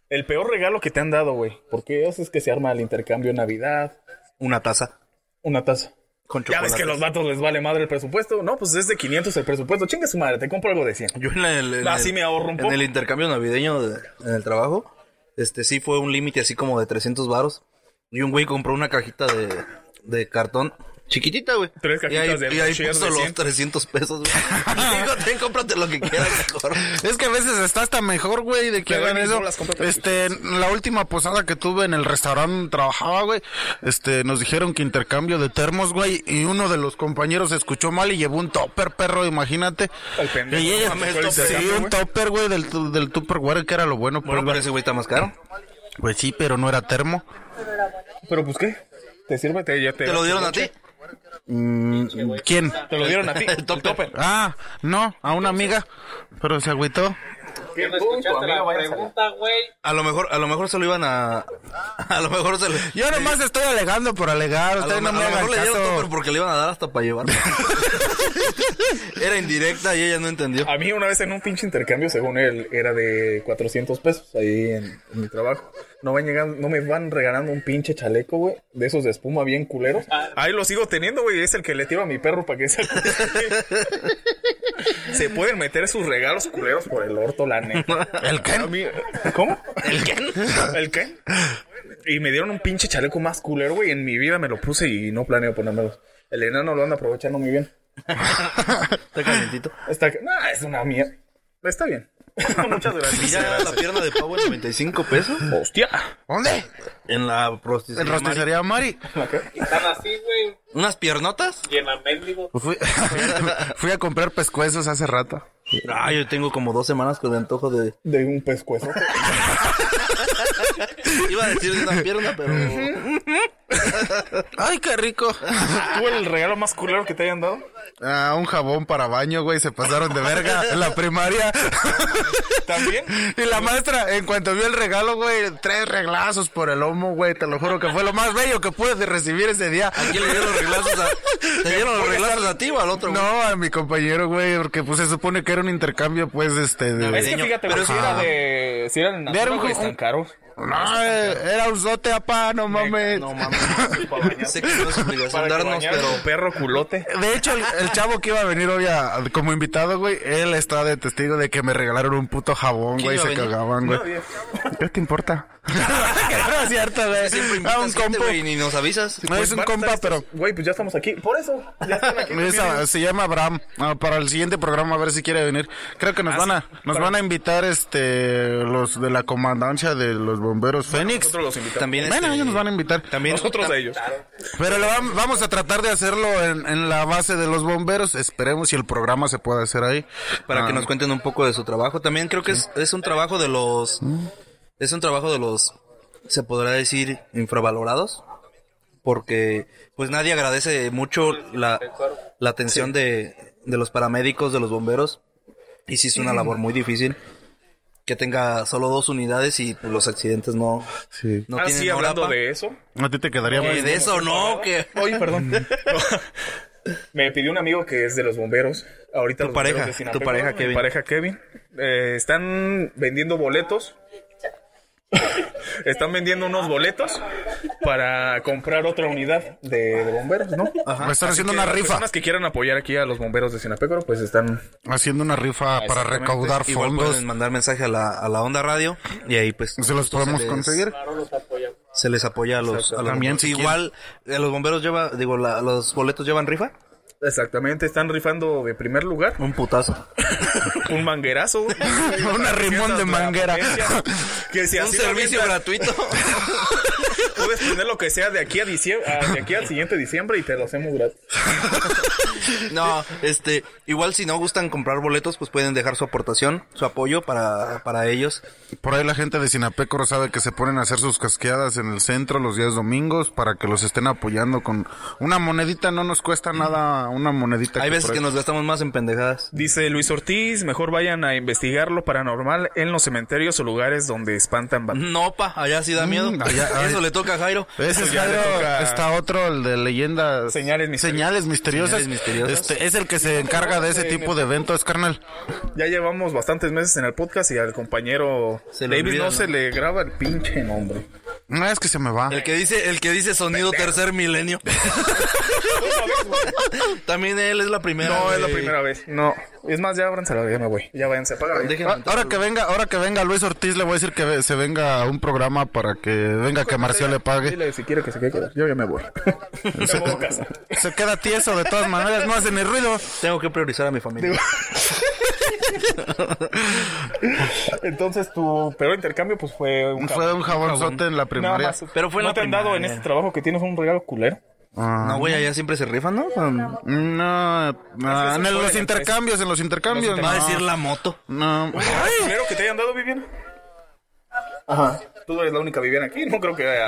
C: El peor regalo que te han dado, güey. Porque eso es que se arma el intercambio en Navidad.
B: Una taza
C: Una taza.
B: con
C: Ya
B: chocolate.
C: ves que los vatos les vale madre el presupuesto. No, pues es de 500 el presupuesto. Chinga su madre, te compro algo de 100.
B: Yo en el, en
C: Así
B: el-
C: me ahorro un
B: En
C: poco.
B: el intercambio navideño de- en el trabajo, este sí fue un límite así como de 300 varos. Y un güey compró una cajita de, de cartón chiquitita, güey.
C: Tres cajitas
B: y ahí,
C: de
B: y ahí
C: Hershey's
B: puso
C: de
B: los
C: 100.
B: 300 pesos, güey. Y digo, ten, cómprate lo que quieras, mejor.
H: Es que a veces está hasta mejor, güey, de que
C: Te doy
H: hagan
C: mis
H: eso.
C: bolas, cómprate las
H: Este, la última posada que tuve en el restaurante donde trabajaba, güey, este, nos dijeron que intercambio de termos, güey, y uno de los compañeros escuchó mal y llevó un topper, perro, imagínate.
C: Al pendejo,
H: Y llega-
C: no mames,
H: sí,
C: el topper,
H: un
B: Pues.
C: güey.
H: topper, güey, del, tu- del Tupperware, que era lo bueno, pues,
B: Bueno, pero ese güey está más caro.
H: güey, sí, pero no era termo.
C: Pero pues qué. Te sirve, te, ya te.
B: ¿Te lo dieron a ti?
H: Mm, ¿Quién?
C: Te lo dieron a ti. El topper.
H: Ah, no, a una amiga, pero se agüitó.
J: ¿Qué no escuchaste la pregunta, güey?
B: A lo mejor, a lo mejor se lo iban a. A lo mejor se le.
H: Yo nomás estoy alegando por alegar,
B: A lo,
H: ustedes no
B: a
H: me
B: lo
H: hagan
B: mejor le dieron
H: caso.
B: topper porque le iban a dar hasta para llevar. Era indirecta y ella no entendió.
C: A mí una vez en un pinche intercambio, según él, era de 400 pesos ahí en, en mi trabajo. No, van llegando, no me van regalando un pinche chaleco, güey, de esos de espuma bien culeros. Ahí lo sigo teniendo, güey, es el que le tiro a mi perro para que se... se pueden meter sus regalos culeros por el orto, la neta.
H: ¿El
C: A
H: Ken?
C: mí- ¿Cómo? ¿El Ken? ¿El Ken? Y me dieron un pinche chaleco más culero, güey. En mi vida me lo puse y no planeo ponérmelo. El enano lo anda aprovechando muy bien.
B: Está calientito.
C: Está... Nah, es una mierda. Está bien. Muchas gracias.
B: Mira la pierna de pavo en 95 pesos.
C: Hostia.
H: ¿Dónde?
B: En la
H: En
B: prostitución.
H: rosticería Mari.
J: Están así, güey.
B: ¿Unas piernotas?
J: Y en la mendigo.
H: Fui, fui a comprar pescuezos hace rato.
B: Ah, yo tengo como dos semanas con el antojo de.
C: De un pescuezo.
B: Iba a decir de una pierna, pero.
H: ¡Ay, qué rico!
C: ¿Tú el regalo más culero que te hayan dado?
H: Ah, un jabón para baño, güey, se pasaron de verga en la primaria.
C: ¿También?
H: Y la maestra, en cuanto vio el regalo, güey, tres reglazos por el lomo, güey, te lo juro que fue lo más bello que pude recibir ese día.
B: ¿A quién le dieron los reglazos a. ¿Te dieron los reglazos a ti o al otro, güey?
H: No, a mi compañero, güey, porque pues se supone que era un intercambio, pues, este, de...
C: Es que
B: Navideño,
C: fíjate,
B: pero
C: pero si
B: es-
C: era de. Si eran
H: Era un-
C: güey, están caros. Eh,
H: No, eh, era un sote, apá, no mames.
B: No mames. Sé que no es obligación darnos,
C: bañar
B: pero.
C: tu perro culote.
H: De hecho, el, el chavo que iba a venir hoy a- a- como invitado, güey, él está de testigo de que me regalaron un puto jabón,
B: ¿Quién
H: güey,
B: iba a
H: se
B: venir?
H: cagaban, güey. ¿Qué te importa? no es cierto,
B: Siempre
H: güey.
B: invitas
H: A un
B: gente,
H: compa.
B: güey, Pues, y ni nos avisas.
H: No es un compa, pero
C: Güey, pues ya estamos aquí. Por eso. Ya están aquí.
H: Esa- se llama Abraham. Ah, para el siguiente programa a ver si quiere venir. Creo
B: Ah,
H: que nos van a nos van a invitar este los de la comandancia de los bomberos Fénix.
C: Nosotros los invitamos.
B: También
H: Bueno,
B: este,
H: ellos nos van a invitar.
B: También.
C: Nosotros a ellos.
H: Pero lo vam- vamos a tratar de hacerlo en, en la base de los bomberos. Esperemos si el programa se puede hacer ahí.
B: para que
H: Ah,
B: nos cuenten un poco de su trabajo. También creo que es, es un trabajo de los,
H: Mm.
B: es un trabajo de los, se podrá decir, infravalorados, porque pues nadie agradece mucho la, la atención de, de los paramédicos, de los bomberos, y si es una labor muy difícil. Que tenga solo dos unidades y pues, los accidentes no,
H: sí.
B: no
C: Ah,
B: tienen
C: sí, hablando
B: orapa.
C: de eso.
H: A ti te quedaría
B: Eh,
H: muy
B: de eso no, que
C: Oye,
B: Mm.
C: perdón. Me pidió un amigo que es de los bomberos. Ahorita
B: Tu
C: los
B: pareja,
C: bomberos de Sinaloa,
B: tu pareja,
C: mi
B: Kevin.
C: pareja Kevin. Eh, están vendiendo boletos. están vendiendo unos boletos para comprar otra unidad de, de bomberos, ¿no?
B: Ah.
H: Me están haciendo
C: Que
H: una
C: las
H: rifa.
C: personas que quieran apoyar aquí a los bomberos de Sinapécoro, pues están.
H: Haciendo una rifa para
C: Exactamente.
H: recaudar
B: igual
H: fondos.
B: pueden mandar mensaje a la, a la onda radio y ahí pues
H: Se los podemos conseguir.
J: Claro, los apoyamos.
B: se les apoya a los, a los
H: También,
B: bomberos.
H: si
B: igual eh, los bomberos lleva digo la- los boletos llevan rifa
C: Exactamente, están rifando de primer lugar
B: un putazo
C: un manguerazo. güey.
H: Un arrimón de manguera.
C: Que si
B: un
C: así lo
B: servicio
C: avientas,
B: gratuito
C: Puedes tener lo que sea de aquí a diciembre, a- de aquí al siguiente diciembre y te lo hacemos gratis.
B: no este igual si no gustan comprar boletos pues pueden dejar su aportación su apoyo para, para ellos
H: Por ahí la gente de Sinapécoro sabe que se ponen a hacer sus casqueadas en el centro los días domingos para que los estén apoyando con una monedita. No nos cuesta nada una monedita.
B: hay veces
H: por
B: que
H: ahí-
B: nos gastamos más en pendejadas
C: Dice Luis Ortiz, mejor vayan a investigar lo paranormal en los cementerios o lugares donde espantan bandidos.
B: no pa allá sí da miedo
H: Mm, allá-
B: eso
H: ay.
B: le toca a Jairo
H: Ese es
C: Ya le
H: Jairo,
C: toca-
H: está otro, el de leyendas.
C: Señales misteriosas.
H: Señales misteriosas.
B: Señales misteriosas.
H: Este, es el que se encarga de ese tipo de eventos, carnal.
C: Ya llevamos bastantes meses en el podcast y al compañero
B: Se le
C: Davis
B: olvida,
C: no,
B: ¿no?
C: se le graba el pinche nombre.
H: No, es que se me va.
B: el que dice el que dice sonido tercer milenio también él es la primera
C: No, es la
B: güey.
C: primera vez. No, es más, ya ábranse la ya me voy. Ya váyanse, apaga.
B: Déjenme
H: Ah, Ahora que venga, ahora que venga Luis Ortiz, le voy a decir que ve- se venga a un programa para que venga que Marcial le pague.
C: Dile si quiere que se quede. quedar. Yo ya me voy.
H: Se, se queda tieso de todas maneras, no hace ni ruido.
B: tengo que priorizar a mi familia
C: Entonces tu peor intercambio pues fue un
H: Fue un jabonzote en la
C: Nada
H: primaria.
C: más.
B: Pero fue en
C: ¿No
B: la
C: te han dado en
B: primaria.
C: este trabajo que tienes un regalo culero?
B: no güey allá siempre se rifan no Con-
H: No, no, en
C: fue
H: el- los
C: en la
H: intercambios, en los intercambios,
B: va
H: no.
B: a decir la moto
H: No. Ay,
C: ¿Culero que te hayan dado, Viviana? Ajá. Tú eres la única Viviana aquí, no creo que haya...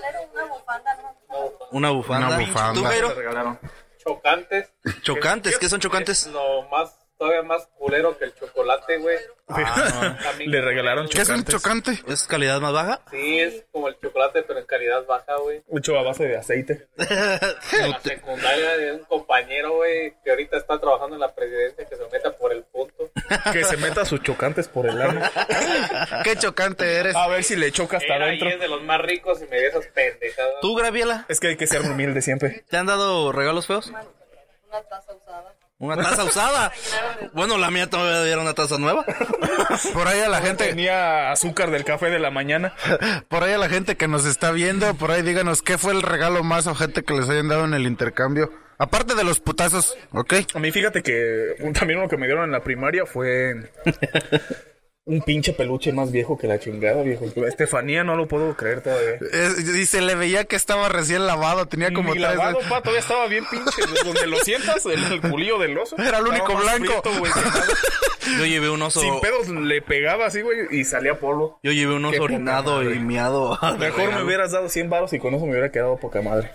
K: una bufanda, ¿no?
B: Una bufanda.
H: Una bufanda.
B: ¿Tú,
C: Te
B: Jairo?
C: regalaron.
J: Chocantes.
B: Chocantes, ¿qué son chocantes?
J: Es lo más, todavía más culero que el chocolate, güey. También-
C: Le regalaron
H: Ah, ¿Qué es un chocante?
B: ¿Es calidad más baja?
J: Sí, es como el chocolate, pero en calidad baja, güey.
C: Mucho a base de aceite.
J: En la secundaria de un compañero, güey, que ahorita está trabajando en la presidencia, que se meta por el punto.
C: Que se meta sus chocantes por el ano.
H: ¿Qué chocante eres?
C: A ver si le choca hasta
J: Era y
C: adentro.
J: es de los más ricos y me dio esas pendejadas.
B: ¿Tú, Graviela?
C: Es que hay que ser humilde siempre.
B: ¿Te han dado regalos feos?
K: Una taza usada.
B: Una taza usada. Bueno, la mía todavía era una taza nueva.
H: Por ahí a la gente,
C: Tenía azúcar del café de la mañana.
H: por ahí a la gente que nos está viendo, por ahí díganos qué fue el regalo más ojete que les hayan dado en el intercambio. Aparte de los putazos, ¿ok?
C: A mí fíjate que un- también uno que me dieron en la primaria fue un pinche peluche más viejo que la chingada, viejo. Estefanía no lo puedo creer todavía.
H: Es- y se Eh, le veía que estaba recién lavado, tenía como
C: Ni
H: tres
C: lavado,
H: años.
C: pa, todavía estaba bien pinche. Donde lo sientas, el, el culillo del oso.
H: Era el único
C: Estaba más
H: blanco.
C: frito, güey, que-
B: Yo llevé un oso.
C: sin pedos le pegaba así, güey, y salía polvo.
B: Yo llevé un
C: Qué
B: oso
C: poca
B: orinado
C: madre.
B: y miado.
C: Mejor me hubieras dado 100 varos y con eso me hubiera quedado poca madre.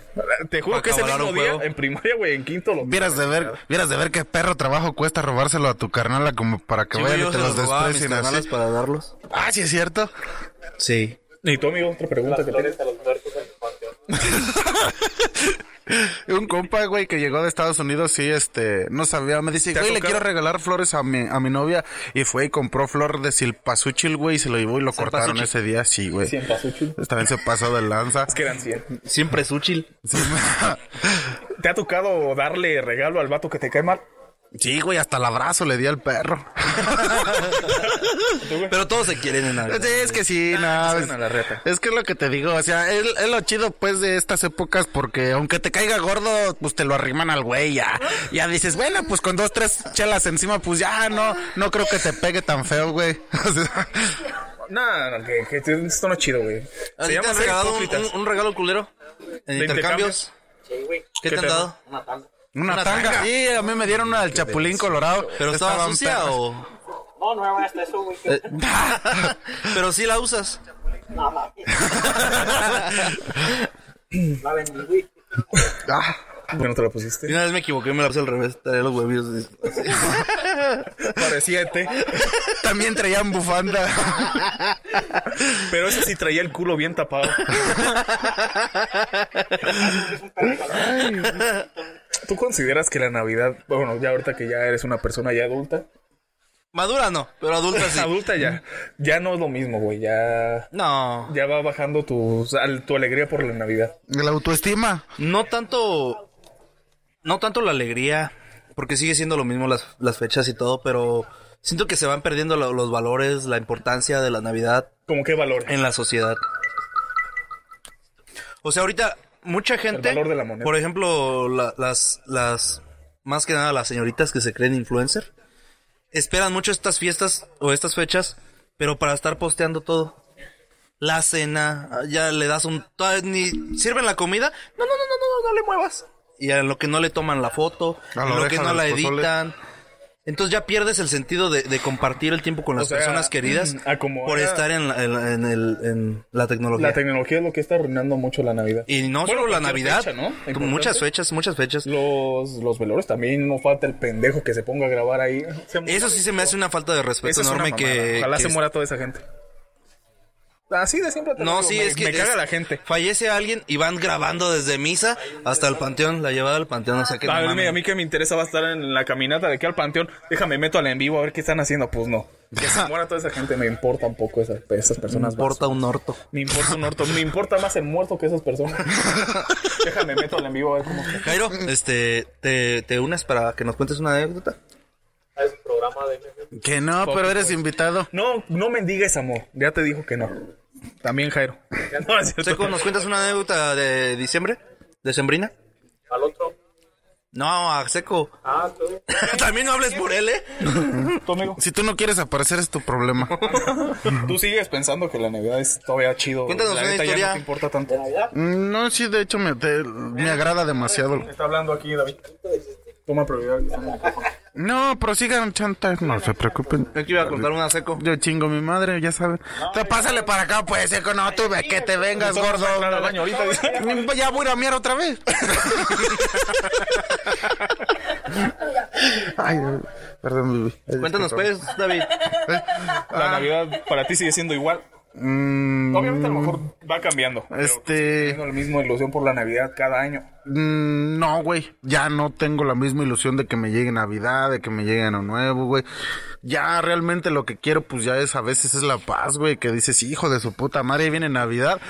C: Te juro
B: Pa'
C: que ese
B: acabar
C: mismo
B: un
C: día,
B: juego.
C: en primaria, güey, en quinto lo
H: Vieras de ver, vieras de ver qué perro trabajo cuesta robárselo a tu carnala como para que
B: Sí,
H: vayan
B: güey, yo
H: y te
B: se
H: los
B: los robaba a mis
H: desprecien
B: canales
H: así.
B: para darlos.
H: Ah, sí es cierto.
B: Sí.
C: Y tú, amigo, otra pregunta que tienes.
J: Flores a los muertos en el panteón.
H: Un compa, güey, que llegó de Estados Unidos, sí, este, no sabía, me dice,
C: ¿Te ha
H: güey, le
C: tocado?
H: quiero regalar flores a mi, a mi novia, y fue y compró flor de silpazúchil, güey, y se lo llevó y lo cortaron
B: Silpazúchil.
H: ese día, sí, güey.
C: Cien pasó, chulo.
H: También se pasó de lanza.
C: Es que eran 100.
B: Siempre es útil.
H: Sí,
C: ¿Te ha tocado darle regalo al vato que te cae mal?
H: Sí, güey, hasta el abrazo le di al perro.
B: Pero todos se quieren en
H: Sí,
B: Navidad.
H: es que sí, no.
B: Ah,
C: suena la reta.
H: Es que es lo que te digo, o sea, es, es lo chido pues de estas épocas porque aunque te caiga gordo, pues te lo arriman al güey ya. Ya dices, bueno, pues con dos, tres chelas encima, pues ya no, no creo que te pegue tan feo, güey. O sea,
C: No, no, que, que esto no es chido, güey.
B: ¿A ti Ah, ¿Te han
C: ser
B: regalado un,
C: hipócritas.
B: un- un regalo culero? ¿En
C: ¿De
B: intercambios?
J: Sí, güey.
B: ¿Qué te
C: ¿Qué
B: han
C: te-
B: dado?
H: una,
B: Una
H: tanga.
B: tanga.
H: Sí, a mí me dieron una del Chapulín Colorado.
B: ¿Pero estaba
H: Estaban
B: sucia
H: perras.
B: o...?
J: No, no me hasta eso, güey.
B: Eh.
J: que-
B: Pero sí la usas.
J: No mames. La vendí, güey.
H: Ah,
C: ¿Por qué no te lo pusiste?
B: Una vez me equivoqué y me la puse al revés. Traía los huevillos. así.
C: Parecía ET.
H: también traían bufanda.
C: Pero ese sí traía el culo bien tapado. ¿Tú consideras que la Navidad, bueno, ya ahorita que ya eres una persona ya adulta,
B: Madura no, pero adulta sí.
C: adulta ya, ya no es lo mismo, güey, ya,
B: No,
C: ya va bajando tu, al- tu alegría por la Navidad.
H: La autoestima.
B: no tanto... No tanto la alegría, porque sigue siendo lo mismo las, las fechas y todo, pero... Siento que se van perdiendo lo- los valores, la importancia de la Navidad
C: Como qué valor,
B: en la sociedad. O sea, ahorita mucha gente,
C: valor de la moneda.
B: por ejemplo, la- las las más que nada las señoritas que se creen influencer esperan mucho estas fiestas o estas fechas, pero para estar posteando todo. La cena, ya le das un todavía ni sirven la comida. No, no, no, no, no, no le muevas. Y a lo que no le toman la foto,
H: A
B: a
H: la
B: lo que
H: oreja
B: no
H: del
B: la
H: pozole.
B: editan. Entonces ya pierdes el sentido de, de compartir el tiempo con las
C: sea, mm,
B: personas queridas
C: a como
B: por
C: ahora-
B: estar en la, en la- en el- en la tecnología.
C: la tecnología es lo que está arruinando mucho la Navidad.
B: y no
C: Bueno,
B: solo la
C: cualquier
B: Navidad,
C: fecha, ¿no? Importante.
B: muchas fechas, muchas fechas.
C: Los, los velores también no falta el pendejo que se ponga a grabar ahí.
B: Eso sí se me hace una falta de respeto
C: Esa es una
B: enorme
C: mamada.
B: que...
C: Ojalá
B: que
C: se
B: es-
C: muera toda esa gente. Así de siempre. te lo
B: No,
C: digo,
B: sí,
C: me-
B: es que...
C: Me caga
B: es-
C: la gente.
B: Fallece alguien y van grabando desde misa hasta el panteón, la llevada al panteón, o sea que... no
C: A mí,
B: mames.
C: a mí que me interesa va a estar en la caminata de aquí al panteón. Déjame, meto al en vivo a ver qué están haciendo. Pues no. Que se muera toda esa gente. Me importa un poco esas, esas
B: me
C: personas.
B: importa un orto.
C: Me importa un orto. Me importa más el muerto que esas personas. Déjame, meto al en vivo a ver cómo.
B: Jairo, este, te, te unes para que nos cuentes una anécdota.
J: Es programa de MFM.
H: Que no, pero eres invitado.
C: No, no mendigues amor. Ya te dijo que no. También Jairo. No, es cierto.
B: Seco, ¿nos cuentas una anécdota de diciembre? ¿Decembrina?
J: Al otro.
B: No, a Seco.
J: Ah, tú.
B: También no hables por él, ¿eh?
C: Tú, amigo,
H: Si tú no quieres aparecer es tu problema.
C: tú sigues pensando que la Navidad es todavía chido.
B: Cuéntanos
C: la
B: una
C: neta Ya
B: historia.
C: no te importa tanto.
H: No, sí, de hecho me, te- me agrada demasiado.
C: Está hablando aquí, David. Toma prioridad.
H: No, prosigan, chanta. No se preocupen.
B: Yo que iba a contar una seco.
H: Yo chingo mi madre, ya saben. Te pásale para acá, pues, seco. No, tú ve que te vengas, gordo. Ya voy a ir a miar otra vez. Ay, perdón, Bibi. Ay,
B: Cuéntanos,
H: disculpa.
B: pues, David.
C: La Navidad para ti sigue siendo igual.
H: Ah. Mm,
C: Obviamente a lo mejor va cambiando. pero
B: pues.
H: Este-
C: sigues teniendo la misma ilusión por la Navidad cada año.
H: Mm, No, güey, ya no tengo la misma ilusión de que me llegue Navidad, de que me llegue Año Nuevo, güey. Ya realmente lo que quiero, pues ya es a veces es la paz, güey, que dices, hijo de su puta madre, ahí viene Navidad.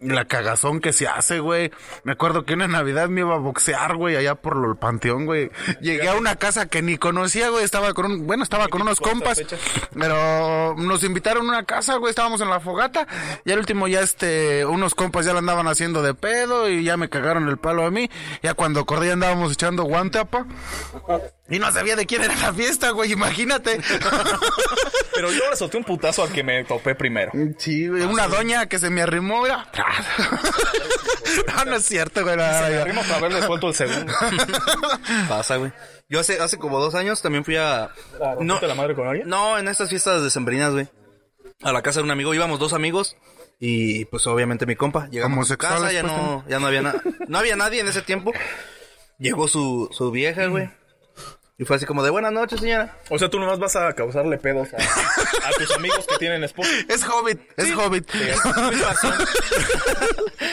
H: La cagazón que se hace, güey. Me acuerdo que una Navidad me iba a boxear, güey, allá por lo- el panteón, güey. Llegué a una casa que ni conocía, güey. Estaba con un, bueno, estaba con unos compas. Pero nos invitaron a una casa, güey, estábamos en la fogata y al último ya este, unos compas ya la andaban haciendo de pedo y ya me cagaron el palo a mí. Ya cuando acordé ya andábamos echando guante, apa. Y no sabía de quién era la fiesta, güey, imagínate.
C: Pero yo le solté un putazo al que me topé primero.
H: Sí, güey, una doña que se me arrimó, mira. No, no es cierto, güey. no, no,
C: Arrimo para haberle suelto el segundo.
B: Pasa, güey. Yo hace, hace como dos años también fui a... No,
C: ¿Rompiste la madre con alguien?
B: no, en estas fiestas decembrinas, güey. A la casa de un amigo. Íbamos dos amigos y, pues, obviamente mi compa. Llegamos a su
H: Homosexuales,
B: casa, ya
H: pues,
B: no, ya no había nada. No había nadie en ese tiempo. Llegó su, su vieja, güey. Y fue así como de, buenas noches, señora.
C: O sea, tú nomás vas a causarle pedos a, a tus amigos que tienen esposo.
H: Es hobbit, es hobbit.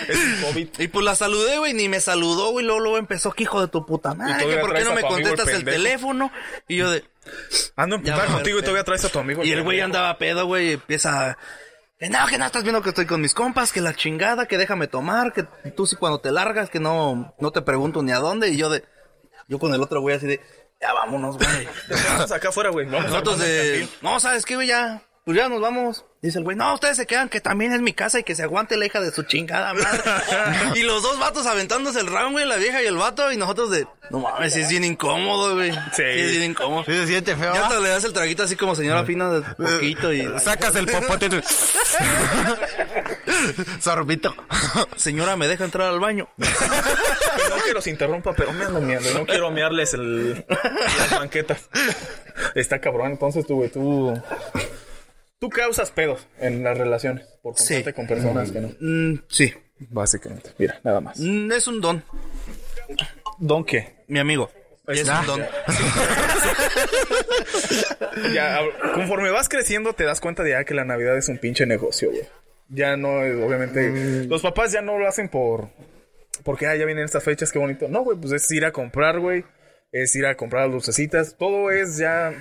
C: Es COVID.
B: Y pues la saludé, güey, ni me saludó, güey. Luego, luego empezó, que hijo de tu puta madre,
C: todavía
B: que ¿por qué
C: traes
B: no
C: a
B: me
C: tu amigo el
B: contestas el
C: pendejo.
B: teléfono? Y yo de...
C: Ando
B: Ya
C: emputado
B: va a
C: contigo y
B: haber
C: todavía traes a tu amigo.
B: Y el güey andaba pedo, güey, y empieza... eh, No, que no estás viendo que estoy con mis compas, que la chingada, que déjame tomar, que tú sí cuando te largas, que no, no te pregunto ni a dónde. Y yo de... Yo con el otro güey así de... Ya vámonos, güey.
C: Estamos acá afuera, güey. Vamos a
B: Nosotros
C: armar una
B: de...
C: cantina.
B: No, ¿sabes qué, güey? Ya... Pues ya nos vamos. Dice el güey, no, ustedes se quedan, que también es mi casa y que se aguante la hija de su chingada madre. y los dos vatos aventándose el round, güey, la vieja y el vato, y nosotros de... No mames, sí es bien incómodo, güey. Sí. es bien incómodo.
H: Sí, se siente feo.
B: Ya
H: ¿ah?
B: hasta le das el traguito así como señora fina de poquito y...
H: Sacas el popote. y tú- Sorbito.
B: Señora, ¿me deja entrar al baño?
C: No que los interrumpa, pero me ando miando. y No quiero mearles el, las banquetas. Está cabrón. Entonces tú, güey, tú... Tú causas pedos en las relaciones por
B: Sí.
C: juntarte con personas que no.
B: Mm, sí.
C: Básicamente. Mira, nada más.
B: Mm, es un don,
C: ¿Don qué?
B: mi amigo.
H: Pues
B: Es un don.
C: Ya, a- conforme vas creciendo, te das cuenta de ya que la Navidad es un pinche negocio, güey. Ya no, eh, obviamente. Los papás ya no lo hacen por. Porque ah, ya vienen estas fechas, qué bonito. No, güey, pues es ir a comprar, güey. Es ir a comprar las lucecitas. Todo es ya.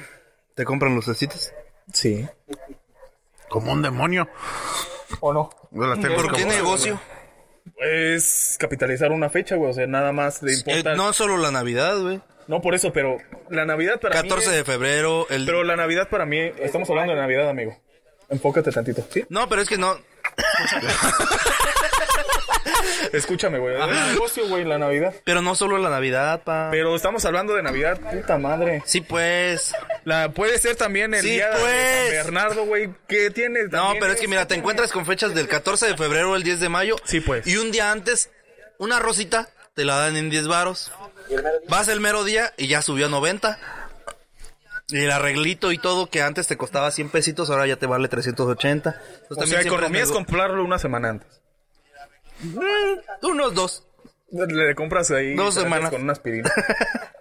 B: ¿Te compran lucecitas?
C: Sí.
H: Como un demonio.
C: ¿O no?
H: Yo las tengo
B: ¿Por qué
H: como-
B: negocio?
C: Es capitalizar una fecha, güey. O sea, nada más le
B: Eh,
C: importa. no.
B: no solo la Navidad, güey.
C: por eso, pero la Navidad para mí
B: 14
C: es-
B: de febrero, el...
C: Pero la Navidad para mí. Estamos hablando de Navidad, amigo. Enfócate tantito. Sí.
B: No, pero es que no...
C: Escúchame, güey. Es un negocio, güey, la Navidad.
B: Pero no solo la Navidad, pa...
C: Pero estamos hablando de Navidad, puta madre.
B: Sí, pues...
C: La, puede ser también el
B: Sí,
C: día de
B: pues.
C: San Bernardo, güey. ¿Qué tiene?
B: No,
C: También este
B: pero es que mira, te encuentras con fechas del 14 de febrero al 10 de mayo.
C: Sí, pues.
B: Y un día antes, una rosita, te la dan en 10 varos. Vas el mero día y ya subió a 90. Y el arreglito y todo que antes te costaba 100 pesitos, ahora ya te vale 380. Entonces,
C: O
B: también
C: sea,
B: siempre
C: economía
B: es
C: es
B: nego-
C: comprarlo una semana antes.
B: Unos dos.
C: Le compras ahí
B: Dos
C: te
B: semanas.
C: metes con una aspirina.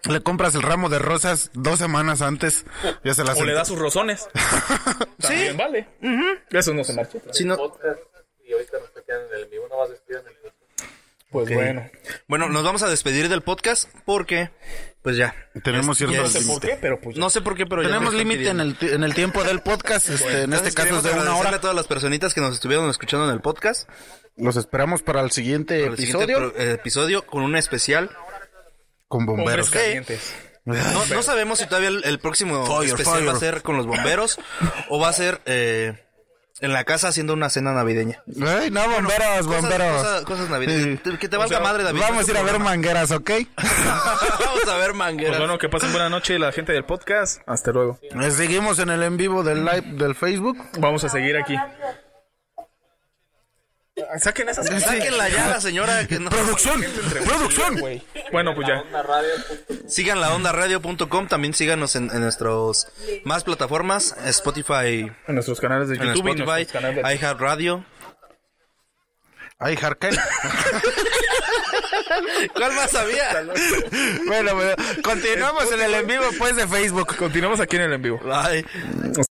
H: Le compras el ramo de rosas dos semanas antes. Ya se las
C: o le das sus rozones. También vale. Eso no se marchita.
B: Si no-
J: Podcast, y ahorita nos quedan en el vivo, no vas despidiendo en el vivo.
C: Pues bueno.
B: Bueno, nos vamos a despedir del podcast porque, pues ya.
H: Tenemos
B: Ya-
H: cierto
B: ya-
C: No sé por qué, pero pues.
B: No sé por qué, pero ya
H: Tenemos
B: me están
H: límite en
B: pidiendo.
H: el, ti- en el tiempo del podcast. Este, en este
B: Entonces,
H: caso es
B: queremos
H: de una
B: agradecerle a
H: hora.
B: todas las personitas que nos estuvieron escuchando en el podcast.
H: Los esperamos para el siguiente
B: Para el siguiente
H: episodio
B: pro- eh, episodio con un especial.
H: con bomberos.
C: Hombres calientes.
B: No, no sabemos si todavía el, el próximo
H: Fire,
B: especial
H: fire.
B: va a ser con los bomberos o va a ser eh, en la casa haciendo una cena navideña.
H: Ay, no, bomberos,
B: Cosas-
H: bomberos.
B: Cosas, cosas navideñas.
H: Sí.
B: Que te valga madre, David.
H: Vamos a ir a ver mangueras, ¿ok?
B: Vamos a ver mangueras.
C: Pues bueno, que pasen buena noche la gente del podcast. Hasta luego.
H: Eh, Seguimos en el en vivo del live del Facebook.
C: Vamos a seguir aquí. Saquen esas cosas.
B: Sáquenla ya, la señora. Que no,
H: Pues ¡Producción! ¡Producción!
C: Bueno, pues ya.
J: Onda radio. punto
B: Sigan la onda radio.com. También síganos en, en nuestros más plataformas: Spotify,
C: En nuestros canales de
B: en
C: YouTube. y nuestros
B: Spotify,
C: canales de-
B: iHeartRadio.
H: Ay, Jarkel.
B: ¿Cuál más sabía?
H: bueno, bueno, continuamos en el en vivo pues de Facebook.
C: Continuamos aquí en el en vivo.
B: Bye.